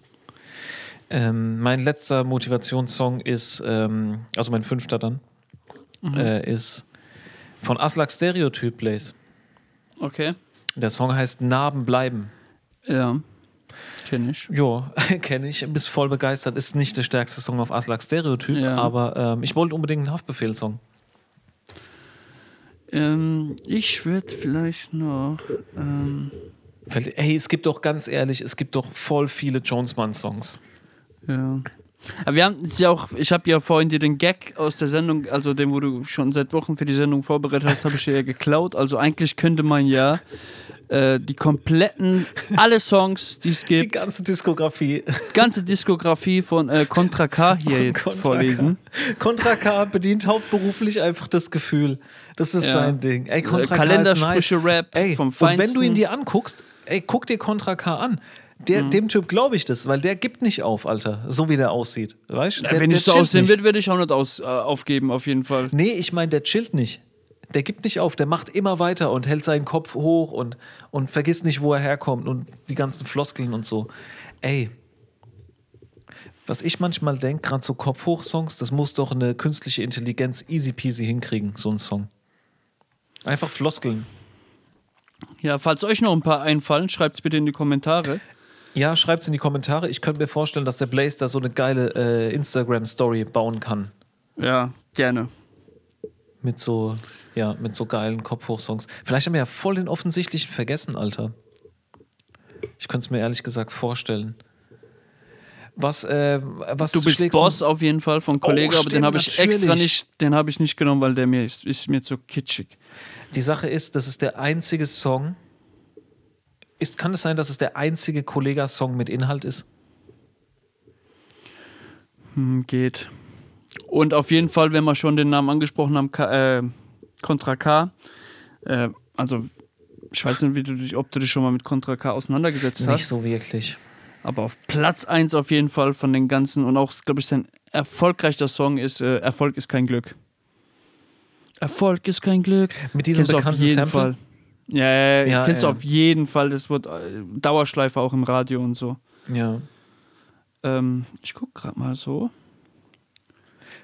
A: Ähm, mein letzter Motivationssong ist, ähm, also mein fünfter dann,
B: Mhm.
A: äh, ist von Aslak Stereotyp Blaze.
B: Okay.
A: Der Song heißt Narben bleiben.
B: Ja. Kenne ich.
A: Ja, kenne ich. Bist voll begeistert. Ist nicht der stärkste Song auf Aslak Stereotyp,
B: Ja.
A: aber ähm, ich wollte unbedingt einen Haftbefehl-Song.
B: Ähm, ich würde vielleicht noch. Ähm,
A: Fällt- Hey, es gibt doch ganz ehrlich, es gibt doch voll viele Jonesmann-Songs.
B: ja. Aber wir haben es ja auch. Ich habe ja vorhin dir den Gag aus der Sendung, also den, wo du schon seit Wochen für die Sendung vorbereitet hast, habe ich dir ja geklaut. Also eigentlich könnte man ja äh, die kompletten, alle Songs, die es
A: Die
B: gibt,
A: ganze Diskografie.
B: ganze Diskografie von äh, Contra K hier jetzt
A: Contra K.
B: vorlesen.
A: Contra K bedient hauptberuflich einfach das Gefühl. Das ist
B: Ja.
A: sein Ding. Ey,
B: Äh,
A: Contra K ist nice.
B: Kalendersprüche Rap
A: Ey,
B: vom
A: und
B: Feinsten. Mhm.
A: wenn du ihn dir anguckst, ey, guck dir Contra K an. Der, Dem Typ glaube ich das, weil der gibt nicht auf, Alter. So wie der aussieht. Weißt? du?
B: Ja,
A: Der-
B: wenn
A: der
B: ich so
A: chillt
B: aussehen
A: nicht.
B: würde, würde ich auch nicht aus, äh, aufgeben, auf jeden Fall.
A: Nee, ich meine, der chillt nicht. Der gibt nicht auf, der macht immer weiter und hält seinen Kopf hoch und, und vergisst nicht, wo er herkommt und die ganzen Floskeln und so. Ey, was ich manchmal denke, gerade so Kopfhoch-Songs, das muss doch eine künstliche Intelligenz easy peasy hinkriegen, so ein Song. Einfach Floskeln.
B: Ja, falls euch noch ein paar einfallen, schreibt es bitte in die Kommentare.
A: Ja, schreibt's in die Kommentare. Ich könnte mir vorstellen, dass der Blaze da so eine geile äh, Instagram-Story bauen kann.
B: Ja, gerne.
A: Mit so, ja, mit so geilen Kopfhochsongs. Vielleicht haben wir ja voll den offensichtlichen vergessen, Alter. Ich könnte es mir ehrlich gesagt vorstellen. Was, äh, was
B: Du bist
A: schlägst Oh,
B: Boss auf jeden Fall vom Kollegen, aber den
A: stimmt,
B: habe ich
A: natürlich.
B: extra nicht, den habe ich nicht genommen, weil der mir ist, ist mir zu kitschig.
A: Die Sache ist, das ist der einzige Song. Ist, kann es sein, dass es der einzige Kollega-Song mit Inhalt ist?
B: Hm, geht. Und auf jeden Fall, wenn wir schon den Namen angesprochen haben, K, äh, Contra K. Äh, also ich weiß nicht, wie du dich, ob du dich schon mal mit Contra K auseinandergesetzt hast.
A: Nicht so wirklich.
B: Aber auf Platz 1 auf jeden Fall von den ganzen und auch, glaube ich, sein erfolgreichster Song ist äh, Erfolg ist kein Glück. Erfolg ist kein Glück.
A: Mit diesem
B: Kennst du
A: bekannten
B: auf jeden
A: Sample?
B: Fall. Ja, ja, ja,
A: Ja,
B: kennst
A: ja.
B: du auf jeden Fall. Das wird äh, Dauerschleife auch im Radio und so.
A: Ja.
B: Ähm, ich guck gerade mal so.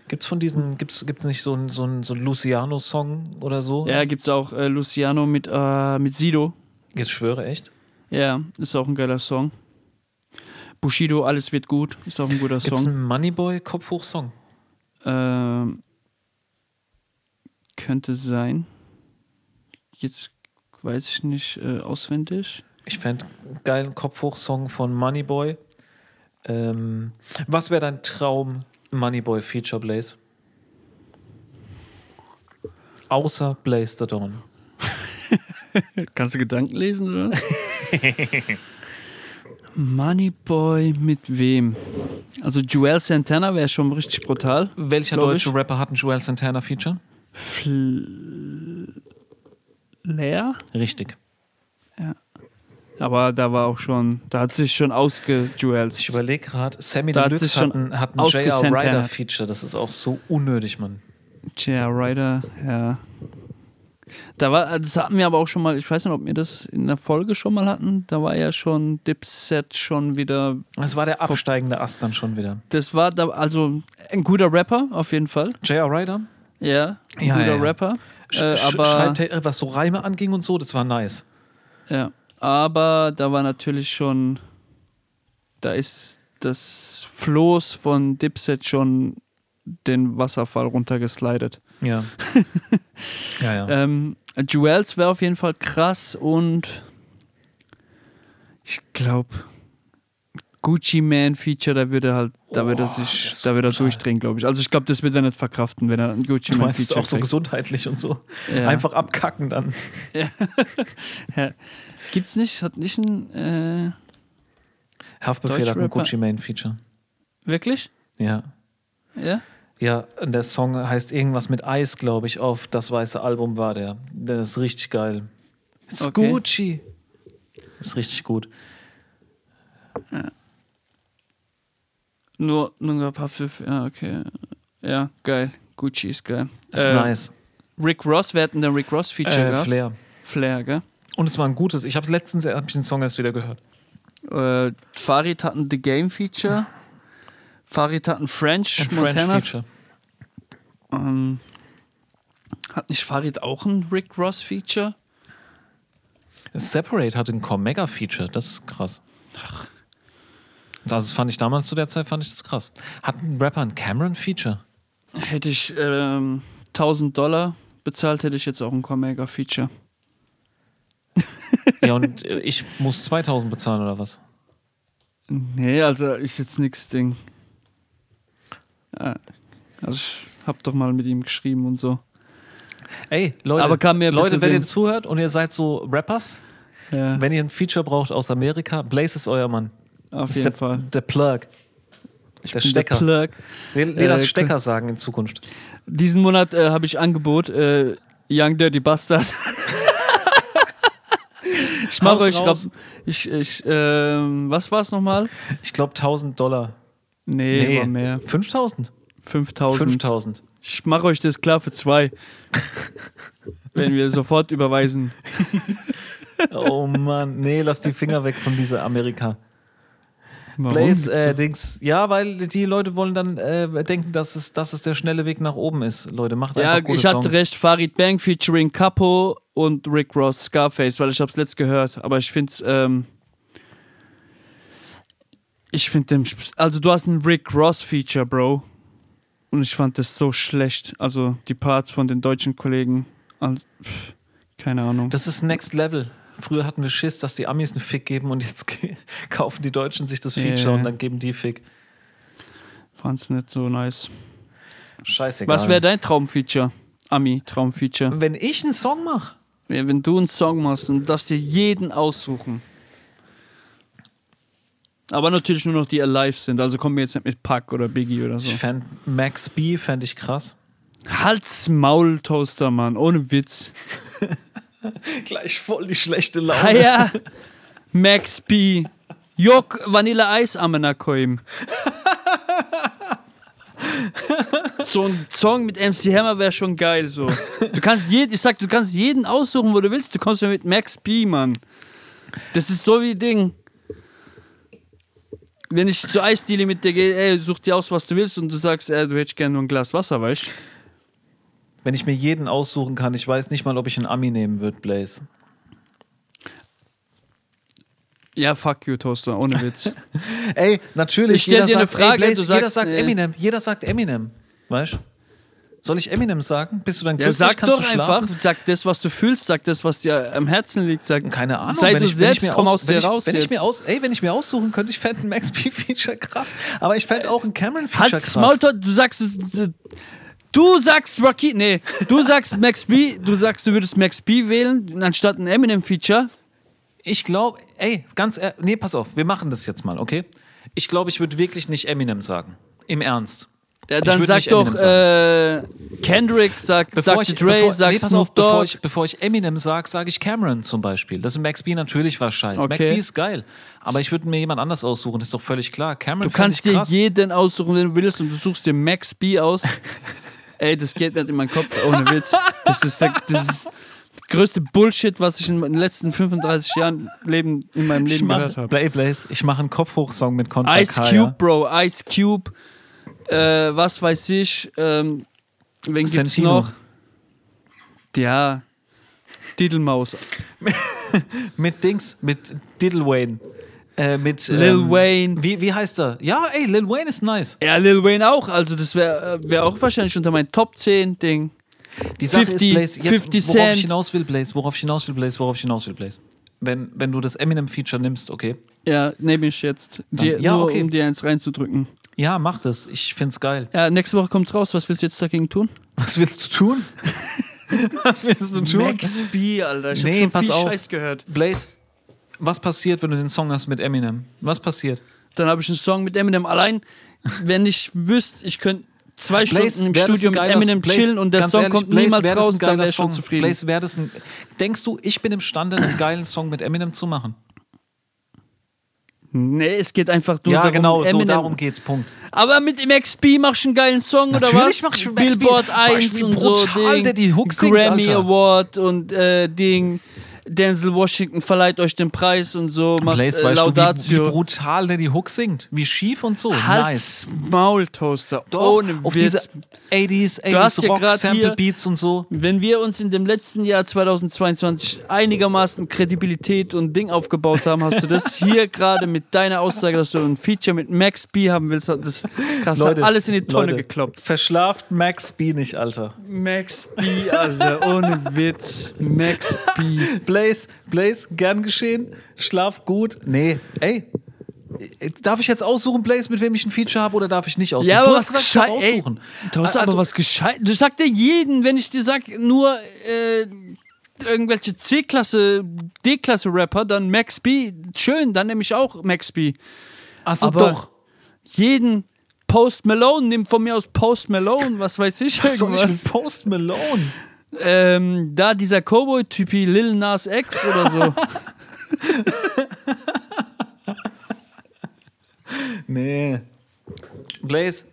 A: Gibt's von diesen, gibt's, gibt's nicht so einen so einen- so einen Luciano-Song oder so?
B: Ja, gibt's auch äh, Luciano mit, äh, mit Sido.
A: Ich schwöre echt.
B: Ja, ist auch ein geiler Song. Bushido, alles wird gut, ist auch ein guter
A: Gibt's
B: Song.
A: einen Moneyboy-Kopfhoch-Song?
B: Ähm, könnte sein. Jetzt weiß ich nicht äh, auswendig.
A: Ich fände einen geilen Kopfhoch-Song von Moneyboy. Ähm, was wäre dein Traum Moneyboy-Feature, Blaze? Außer Blaze the Dawn.
B: Kannst du Gedanken lesen, oder? Moneyboy mit wem? Also Joel Santana wäre schon richtig brutal.
A: Welcher
B: Glaub
A: deutsche
B: ich.
A: Rapper hat ein Joel Santana-Feature?
B: Leer?
A: Richtig.
B: Aber da war auch schon, da hat sich schon ausgejuelt.
A: Ich überlege gerade, Sammy
B: Da hat
A: Deluxe
B: sich
A: hat
B: schon
A: ein, hat ein J.R.
B: ausgesantana.
A: Ryder-Feature. Das ist auch so unnötig, Mann.
B: J.R. Ryder, ja. Da war, das hatten wir aber auch schon mal, ich weiß nicht, ob wir das in der Folge schon mal hatten. Da war ja schon Dipset schon wieder.
A: Das war der absteigende Ast dann schon wieder.
B: Das war da, also ein guter Rapper auf jeden Fall.
A: J.R. Ryder?
B: Ja, ein
A: Ja,
B: guter
A: ja, ja.
B: Rapper.
A: Sch
B: Äh,
A: sch-
B: aber,
A: schreibt, er, was so Reime anging und so, das war nice.
B: ja, aber da war natürlich schon, da ist das Floß von Dipset schon den Wasserfall runtergeslidet.
A: Ja. Äh, ja, ja.
B: Ähm, Jewels wäre auf jeden Fall krass und ich glaube Gucci Man Feature, da würde halt, da würde er sich,
A: das ist
B: da würde er
A: brutal.
B: durchdrehen, glaube ich. Also ich glaube, das wird er nicht verkraften, wenn er ein Gucci
A: Du
B: Man
A: meinst
B: Feature
A: auch so
B: kriegt.
A: gesundheitlich und so.
B: Ja.
A: Einfach abkacken dann.
B: Gibt's nicht, hat nicht ein äh,
A: Haftbefehl hat ein
B: Deutschrapper.
A: Gucci Mane Feature.
B: wirklich?
A: Ja.
B: Ja.
A: Ja, und der Song heißt irgendwas mit Eis, glaube ich, auf das weiße Album war der. Der ist richtig geil. It's
B: Okay.
A: Gucci. Ist richtig gut.
B: Nur, nur ein paar Pfiff, ja, okay. Ja, geil. Gucci ist geil.
A: Ist
B: Äh,
A: nice.
B: Rick Ross, wer hat denn der Rick Ross Feature
A: Äh,
B: gehabt?
A: Flair.
B: Flair, gell?
A: Und es war ein gutes. Ich habe letztens hab ich den Song erst wieder gehört.
B: Äh, Farid hat ein The Game Feature. Farid hat ein French
A: Ein
B: Montana.
A: French Feature.
B: Ähm, hat nicht Farid auch ein Rick Ross Feature?
A: Separate hatte ein Core-Mega-Feature, das ist krass. Das ist- fand ich damals zu der Zeit, fand ich das krass. Hat ein Rapper ein Cameron-Feature?
B: Hätte ich ähm, 1000 Dollar bezahlt, hätte ich jetzt auch ein Comega Feature.
A: Ja, und äh, ich muss 2000 bezahlen oder was?
B: Nee, also ist jetzt nix Ding. Ah, Also ich hab doch mal mit ihm geschrieben und so.
A: Ey, Leute,
B: Aber kam mir ein
A: Leute
B: bisschen
A: wenn ihr
B: wem-
A: zuhört und ihr seid so Rappers,
B: Ja,
A: wenn ihr ein Feature braucht aus Amerika, Blaze ist euer Mann.
B: auf
A: Ist
B: jeden
A: der,
B: Fall.
A: der Plug.
B: Ich
A: der
B: bin
A: Stecker.
B: Plug.
A: Wir, wir das
B: Äh,
A: Stecker sagen in Zukunft.
B: Diesen Monat äh, habe ich Angebot äh, Young Dirty Bastard. ich mache
A: Haus
B: euch
A: raus.
B: Rappen. Ich, ich, ähm, was war es nochmal?
A: Ich glaube 1000 Dollar.
B: Nee, war mehr.
A: 5000?
B: 5000.
A: 5000.
B: Ich mache euch das klar für zwei. Wenn wir sofort überweisen.
A: Oh Mann, nee, lass die Finger weg von dieser Amerika.
B: Warum?
A: Blaze, äh, Dings. Ja, weil die Leute wollen dann äh, denken, dass es, dass es der schnelle Weg nach oben ist. Leute, macht
B: ja,
A: einfach gute
B: ich hatte
A: Songs.
B: recht. Farid Bang featuring Capo und Rick Ross Scarface, weil ich hab's letzt gehört. Aber ich find's, ähm, Ich finde den. Sp- Also, du hast ein Rick Ross-Feature, Bro. Und ich fand das so schlecht. Also, die Parts von den deutschen Kollegen. Also, pff, keine Ahnung.
A: Das ist Next Level. Früher hatten wir Schiss, dass die Amis einen Fick geben und jetzt kaufen die Deutschen sich das Feature
B: Ja.
A: und dann geben die Fick.
B: Fand's nicht so nice.
A: Scheißegal.
B: Was wäre dein Traumfeature? Ami-Traumfeature.
A: Wenn ich einen Song mache,
B: Ja, wenn du einen Song machst und du darfst dir jeden aussuchen. Aber natürlich nur noch die alive sind. Also kommen wir jetzt nicht mit Pack oder Biggie oder so.
A: ich fänd Max B, fände ich krass.
B: Hals Maul Toaster, Mann. Ohne Witz.
A: Gleich voll die schlechte Laune.
B: Haya, Ah Max B. Jok Vanille Eis Amenakoim. So ein Song mit MC Hammer wäre schon geil so. Du kannst jeden, ich sag, du kannst jeden aussuchen, wo du willst. Du kommst ja mit Max B, Mann. Das ist so wie Ding. Wenn ich zur Eisdiele mit dir gehe, ey, such dir aus, was du willst, und du sagst, ey, du hättest gerne nur ein Glas Wasser, weißt du?
A: Wenn ich mir jeden aussuchen kann, ich weiß nicht mal, ob ich einen Ami nehmen würde, Blaze.
B: Ja, fuck you, Toaster, ohne Witz.
A: Ey, natürlich.
B: Ich stell
A: jeder
B: dir eine
A: sagt,
B: Frage,
A: ey, Blaze,
B: du
A: jeder
B: sagst, äh,
A: sagt
B: nee.
A: Eminem. Jeder sagt Eminem. Weißt Soll ich Eminem sagen? Bist du dann
B: Ja,
A: glücklich?
B: sag
A: Kannst
B: doch
A: du schlafen?
B: einfach, sag das, was du fühlst, sag das, was dir am Herzen liegt, sag.
A: Hm, Keine Ahnung.
B: Sei du selbst, komm aus
A: wenn
B: dir
A: ich,
B: raus
A: Wenn ich
B: jetzt.
A: mir aus, ey, wenn ich mir aussuchen könnte, ich fände ein Max B-Feature krass. Aber ich fände auch ein Cameron-Feature
B: Halt's
A: krass.
B: Maul, Todd, Halt du sagst, es- du- du sagst Rocky, nee, du sagst Max B, du sagst, du würdest Max B wählen, anstatt ein Eminem-Feature.
A: Ich glaube, ey, ganz ehr- nee, pass auf, wir machen das jetzt mal, okay? Ich glaube, ich würde wirklich nicht Eminem sagen. Im Ernst.
B: Ja,
A: Ich
B: dann
A: würd
B: sag
A: nicht Eminem
B: doch,
A: sagen.
B: äh, Kendrick, sag Dr. Dre, sag
A: nee, pass
B: Snoop
A: auf, bevor
B: Dogg.
A: ich, bevor ich Eminem sag, sage ich Cameron zum Beispiel. Das ist Max B natürlich was scheiße. Max
B: Okay.
A: B ist geil. Aber ich würde mir jemand anders aussuchen, ist doch völlig klar. Cameron
B: du kannst
A: ich
B: dir
A: krass.
B: jeden aussuchen, den du willst, und du suchst dir Max B aus. Ey, das geht nicht in meinen Kopf, ohne Witz. Das ist der, das ist der größte Bullshit, was ich in den letzten 35 Jahren Leben, in meinem
A: ich
B: Leben
A: mache
B: gehört habe.
A: mach einen Kopfhochsong mit Contra
B: Ice
A: K,
B: Cube,
A: ja.
B: Bro, Ice Cube, äh, was weiß ich, ähm, wen gibt's
A: Santino.
B: noch? Ja, Diddlemaus,
A: Mit Dings, mit Diddle Wayne. Äh, mit,
B: Lil
A: ähm,
B: Wayne.
A: Wie, wie heißt er? Ja, ey, Lil Wayne ist nice.
B: Ja, Lil Wayne auch, also das wäre wär auch wahrscheinlich unter meinen Top 10 Ding.
A: Die Sache
B: 50,
A: ist, Blaze, jetzt,
B: 50
A: worauf
B: Cent.
A: ich hinaus will, Blaze, worauf ich hinaus will, Blaze, worauf ich hinaus will, Blaze. Wenn, wenn du das Eminem-Feature nimmst, okay?
B: Ja, nehme ich jetzt, dir,
A: Ja,
B: nur
A: okay.
B: um dir eins reinzudrücken.
A: Ja, mach das. Ich find's geil.
B: Ja, Äh, nächste Woche kommt's raus. Was willst du jetzt dagegen tun?
A: Was willst du tun? was willst du tun?
B: B, Alter. Ich
A: hab schon viel Scheiß
B: gehört.
A: Blaze, was passiert, wenn du den Song hast mit Eminem? Was passiert?
B: Dann habe ich einen Song mit Eminem. Allein, wenn ich wüsste, ich könnte zwei Stunden im
A: wär das
B: Studio
A: ein
B: mit
A: geiler-
B: Eminem
A: Blaze,
B: chillen und der
A: ganz
B: Song
A: ehrlich,
B: kommt
A: Blaze,
B: niemals
A: wär das ein
B: raus, dann
A: geiler
B: wäre ich schon
A: Song.
B: zufrieden.
A: Blaze, wär das ein, denkst du, ich bin imstande, einen geilen Song mit Eminem zu machen?
B: Nee, es geht einfach nur
A: ja,
B: darum,
A: genau, so
B: Eminem.
A: darum geht's. Punkt.
B: Aber mit Max B machst du einen geilen Song oder was?
A: Natürlich mach ich mit Max B.
B: Billboard
A: Boah, ich
B: 1
A: bin
B: und so
A: brutal,
B: Ding.
A: der die Hook singt,
B: Grammy
A: Alter.
B: Award und äh, Ding. Denzel Washington verleiht euch den Preis und so macht
A: Blaze,
B: äh,
A: weißt du, wie,
B: Laudatio.
A: wie brutal der die Hook singt? Wie schief und so? nice.
B: Hals Maul Toaster
A: Doch,
B: ohne
A: auf
B: Witz.
A: diese 80s, 80s
B: hast ja
A: Rock
B: grad
A: Sample
B: hier-
A: Beats und so.
B: Wenn wir uns in dem letzten Jahr 2022 einigermaßen Kredibilität und Ding aufgebaut haben, hast du das hier gerade mit deiner Aussage, dass du ein Feature mit Max B haben willst, hat das krass
A: Leute,
B: alles in die Tonne
A: Leute.
B: gekloppt.
A: Verschlaft Max B nicht, Alter.
B: Max B, Alter, ohne Witz. Max B.
A: Blaze, Blaze, gern geschehen. Schlaf gut. Nee, ey. Äh, Darf ich jetzt aussuchen, Blaze, mit wem ich ein Feature habe oder darf ich nicht aussuchen?
B: Ja,
A: Du
B: aber
A: hast
B: was
A: gesagt, ich darf
B: gescheit. Ey,
A: aussuchen.
B: du hast
A: Also-
B: aber was gescheit. Du sagst dir jeden, wenn ich dir sag, nur äh, irgendwelche C-Klasse, D-Klasse-Rapper, dann Max B. Schön, dann nehme ich auch Max B.
A: Achso,
B: aber-
A: also doch.
B: jeden Post Malone, nimm von mir aus Post Malone, was weiß ich,
A: Was soll ich mit
B: irgendwas.
A: Post Malone?
B: Ähm, da dieser Cowboy-Typi Lil Nas X oder so.
A: Nee. Blaze,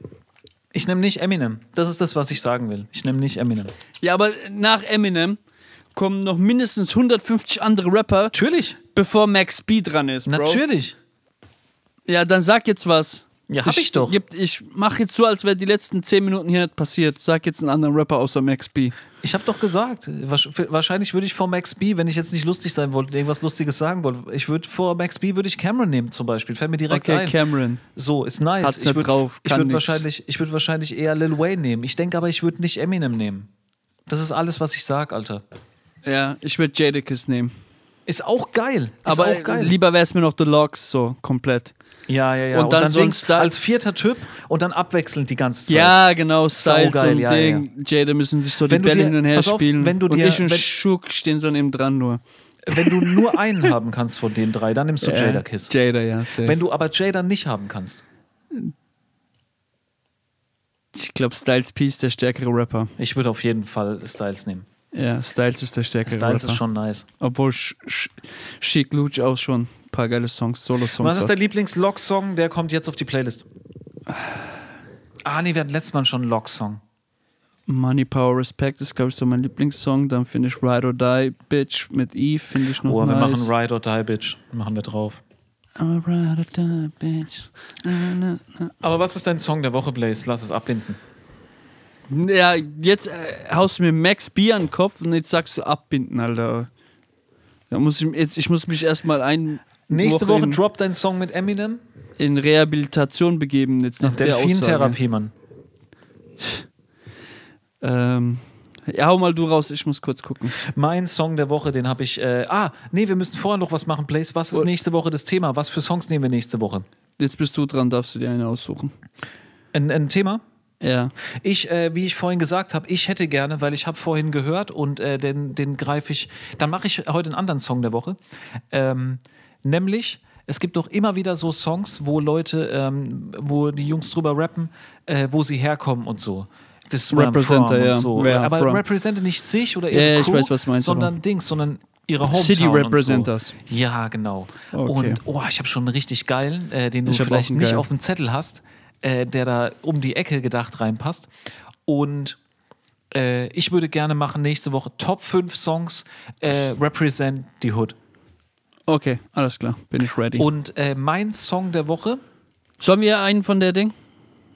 A: ich nehme nicht Eminem. Das ist das, was ich sagen will. Ich nehme nicht Eminem.
B: ja, aber nach Eminem kommen noch mindestens 150 andere Rapper,
A: Natürlich.
B: bevor Max B dran ist, Bro.
A: Natürlich.
B: Ja, dann sag jetzt was.
A: Ja, hab ich, doch.
B: Ich, ich mache jetzt so, als wäre die letzten 10 Minuten hier nicht passiert. Sag jetzt einen anderen Rapper außer Max B.
A: Ich habe doch gesagt, wasch- wahrscheinlich würde ich vor Max B, wenn ich jetzt nicht lustig sein wollte, und irgendwas Lustiges sagen wollte, ich würde vor Max B würde ich Cameron nehmen zum Beispiel. Fällt mir direkt
B: Okay,
A: ein.
B: Cameron.
A: so, ist nice.
B: Hat's
A: ich
B: nicht
A: würde
B: drauf, kann
A: würd
B: nix.
A: wahrscheinlich, ich würd wahrscheinlich eher Lil Wayne nehmen. Ich denke aber, ich würde nicht Eminem nehmen. Das ist alles, was ich sag, Alter.
B: Ja, ich würde Jadakiss nehmen.
A: Ist auch geil. Ist
B: Aber äh,
A: auch geil.
B: lieber wäre es mir noch The Logs so komplett.
A: ja, ja, ja.
B: Und dann so ein
A: links
B: Star-
A: als vierter Typ und dann abwechselnd die ganze Zeit.
B: Ja, genau, Styles
A: Saugeil,
B: und
A: ja,
B: Ding. Jada müssen sich so
A: Wenn
B: die
A: du
B: Bälle
A: dir-
B: hin und her
A: pass auf,
B: spielen.
A: wenn du
B: und
A: dir-
B: ich und
A: wenn-
B: Schuk stehen so neben dran nur.
A: Wenn du nur einen haben kannst von den drei, dann nimmst du Jada Kiss.
B: Jada, ja, safe.
A: Wenn du aber Jada nicht haben kannst,
B: ich glaube, Styles P ist der stärkere Rapper.
A: ich würde auf jeden Fall Styles nehmen.
B: Ja, Styles ist der stärkere
A: Styles
B: Rapper.
A: ist schon nice.
B: Obwohl Sch- Sch- Chic Luch auch schon ein paar geile Songs, Solo-Songs
A: Was ist
B: hat.
A: dein Lieblings-Lock-Song? Der kommt jetzt auf die Playlist. Ah, nee, wir hatten letztes Mal schon einen Lock-Song.
B: Money, Power, Respect ist, glaube ich, so mein Lieblingssong. Dann finde ich Ride or Die, Bitch mit Eve, finde ich noch
A: Oh, wir machen
B: nice.
A: Ride or Die, Bitch. Machen wir drauf.
B: I'm a ride or die, bitch. Na, na,
A: Aber was ist dein Song der Woche, Blaze? Lass es abbinden.
B: na. Ja, jetzt äh, haust du mir Max B an den Kopf und jetzt sagst du abbinden, Alter. Da muss ich, jetzt, ich muss mich erstmal ein
A: Nächste Woche
B: in,
A: droppt dein Song mit Eminem.
B: in Rehabilitation begeben, jetzt nach der Aussage.
A: Delfin-Therapie, Mann.
B: Ähm, ja, hau mal du raus, ich muss kurz gucken.
A: Mein Song der Woche, den habe ich. Äh, ah, nee, wir müssen vorher noch was machen, Blaze. Was ist nächste Woche das Thema? Was für Songs nehmen wir nächste Woche?
B: Jetzt bist du dran, darfst du dir eine aussuchen.
A: Ein, ein Thema?
B: Ja.
A: Ich, äh, wie ich vorhin gesagt habe, ich hätte gerne, weil ich habe vorhin gehört und äh, den, den greife ich. Dann mache ich heute einen anderen Song der Woche. Ähm, nämlich, es gibt doch immer wieder so Songs, wo Leute, ähm, wo die Jungs drüber rappen, äh, wo sie herkommen und so. This is where I'm
B: Representer,
A: from
B: ja.
A: und so.
B: Where I'm
A: aber
B: from.
A: Representer nicht sich oder ihre
B: Ja, ja, ich
A: Crew,
B: weiß, was du meinst,
A: sondern
B: aber-
A: Dings, sondern ihre Hometown
B: City
A: Und
B: Representers.
A: so. Ja, genau.
B: Okay.
A: Und oh, ich habe schon einen richtig geilen, äh, den du
B: Ich hab auch
A: vielleicht
B: einen
A: nicht
B: geilen.
A: auf dem Zettel hast, äh, der da um die Ecke gedacht reinpasst. Und äh, ich würde gerne machen nächste Woche Top 5 Songs äh, Represent die Hood.
B: Okay, alles klar, bin ich ready.
A: Und äh, mein Song der Woche.
B: Sollen wir einen von der Ding?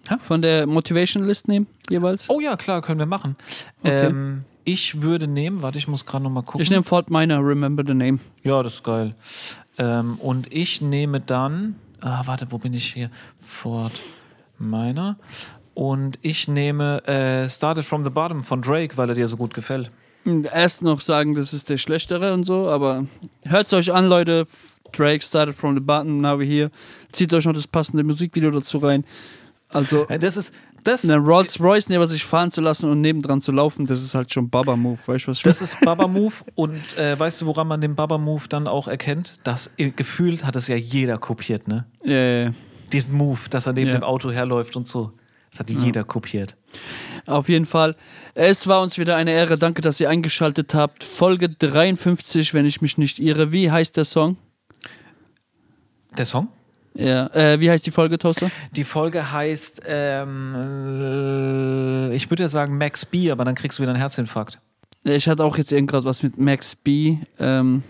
A: Hä?
B: Von der Motivation List nehmen, jeweils?
A: Oh ja, klar, können wir machen.
B: Okay.
A: Ähm, ich würde nehmen, warte, ich muss gerade nochmal gucken.
B: Ich nehme Fort Minor, Remember the Name.
A: ja, das ist geil. Ähm, und ich nehme dann. Ah, warte, wo bin ich hier? Fort Minor. Und ich nehme äh, Started from the Bottom von Drake, weil er dir so gut gefällt.
B: Hm, Erst noch sagen, das ist der schlechtere und so, aber hört's euch an, Leute. Drake started from the bottom, now we're here. Zieht euch noch das passende Musikvideo dazu rein. Also,
A: Äh, Das ist. Das,
B: eine Rolls Royce neben sich fahren zu lassen und nebendran zu laufen, das ist halt schon Baba-Move, weißt du, was ich
A: Das ist Baba Move und äh, weißt du, woran man den Baba Move dann auch erkennt? Das äh, gefühlt hat es ja jeder kopiert, ne?
B: meine? Ja, ja, ja.
A: Diesen Move, dass er neben
B: Ja.
A: dem Auto herläuft und so. Das hat jeder kopiert.
B: Auf jeden Fall. Es war uns wieder eine Ehre. Danke, dass ihr eingeschaltet habt. Folge 53, wenn ich mich nicht irre. Wie heißt der Song?
A: Der Song?
B: Ja. Äh, wie heißt die Folge, Toaster?
A: Die Folge heißt, ähm, äh, ich würde ja sagen Max B, aber dann kriegst du wieder einen Herzinfarkt.
B: Ich hatte auch jetzt irgendwas was mit Max B. Ähm,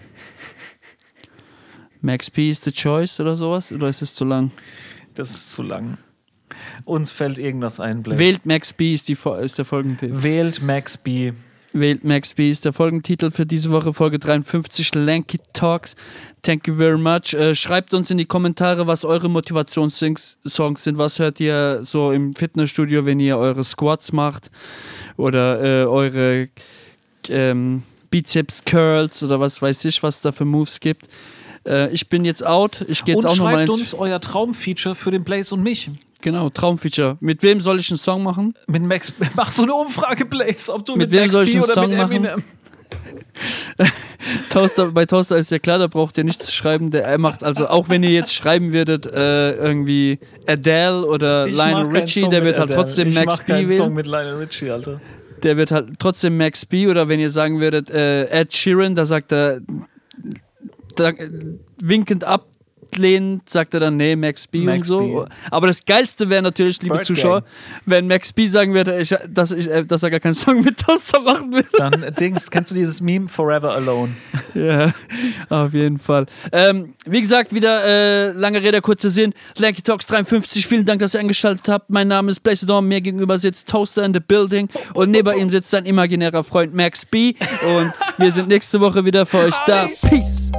B: Max B ist the choice oder sowas? Oder ist es zu lang?
A: Das ist zu lang. Uns fällt irgendwas ein, Blaze.
B: Wählt Max B ist, die, Fo- ist der Folgentitel.
A: Wählt Max B.
B: Wählt Max B ist der Folgentitel für diese Woche, Folge 53, Lanky Talks. Thank you very much. Äh, schreibt uns in die Kommentare, was eure Motivationssongs Songs sind. Was hört ihr so im Fitnessstudio, wenn ihr eure Squats macht oder äh, eure ähm, Bizeps Curls oder was weiß ich, was da für Moves gibt. Äh, ich bin jetzt out. Ich gehe jetzt
A: Und
B: auch nochmal
A: schreibt uns
B: ins...
A: euer Traumfeature für den Blaze und mich.
B: Genau, Traumfeature. Mit wem soll ich einen Song machen?
A: Mit Max, mach so eine Umfrage, Blaze, ob du
B: Mit
A: mit,
B: wem
A: Max
B: soll ich
A: B
B: einen
A: oder
B: Song
A: mit
B: machen?
A: Eminem.
B: Toaster, bei Toaster ist ja klar, da braucht ihr nichts zu schreiben. Der, er macht also, auch wenn ihr jetzt schreiben würdet, äh, irgendwie Adele oder
A: Ich
B: Lionel
A: mag keinen
B: Richie,
A: Song
B: der
A: mit
B: wird halt
A: Adele.
B: trotzdem
A: ich
B: Max
A: mach
B: B
A: keinen Song
B: wählen.
A: mit Lionel Richie, Alter.
B: Der wird halt trotzdem Max B. Oder wenn ihr sagen würdet, äh, Ed Sheeran, da sagt er da, winkend ab, ablehnend sagt er dann, nee, Max B
C: Max
B: und so.
C: B.
B: Aber das Geilste wäre natürlich, liebe
C: Bird
B: Zuschauer, wenn Max B sagen würde, ich, dass, ich, äh, dass er gar keinen Song mit Toaster machen will.
C: Dann äh, Dings, kennst du dieses Meme Forever Alone?
B: Ja, auf jeden Fall. Ähm, wie gesagt, wieder äh, lange Rede, kurzer Sinn. Lanky Talks 53, vielen Dank, dass ihr eingeschaltet habt. Mein Name ist Blaze Dorm, mir gegenüber sitzt Toaster in the Building und neben ihm sitzt sein imaginärer Freund Max B. Und wir sind nächste Woche wieder für euch da. Peace.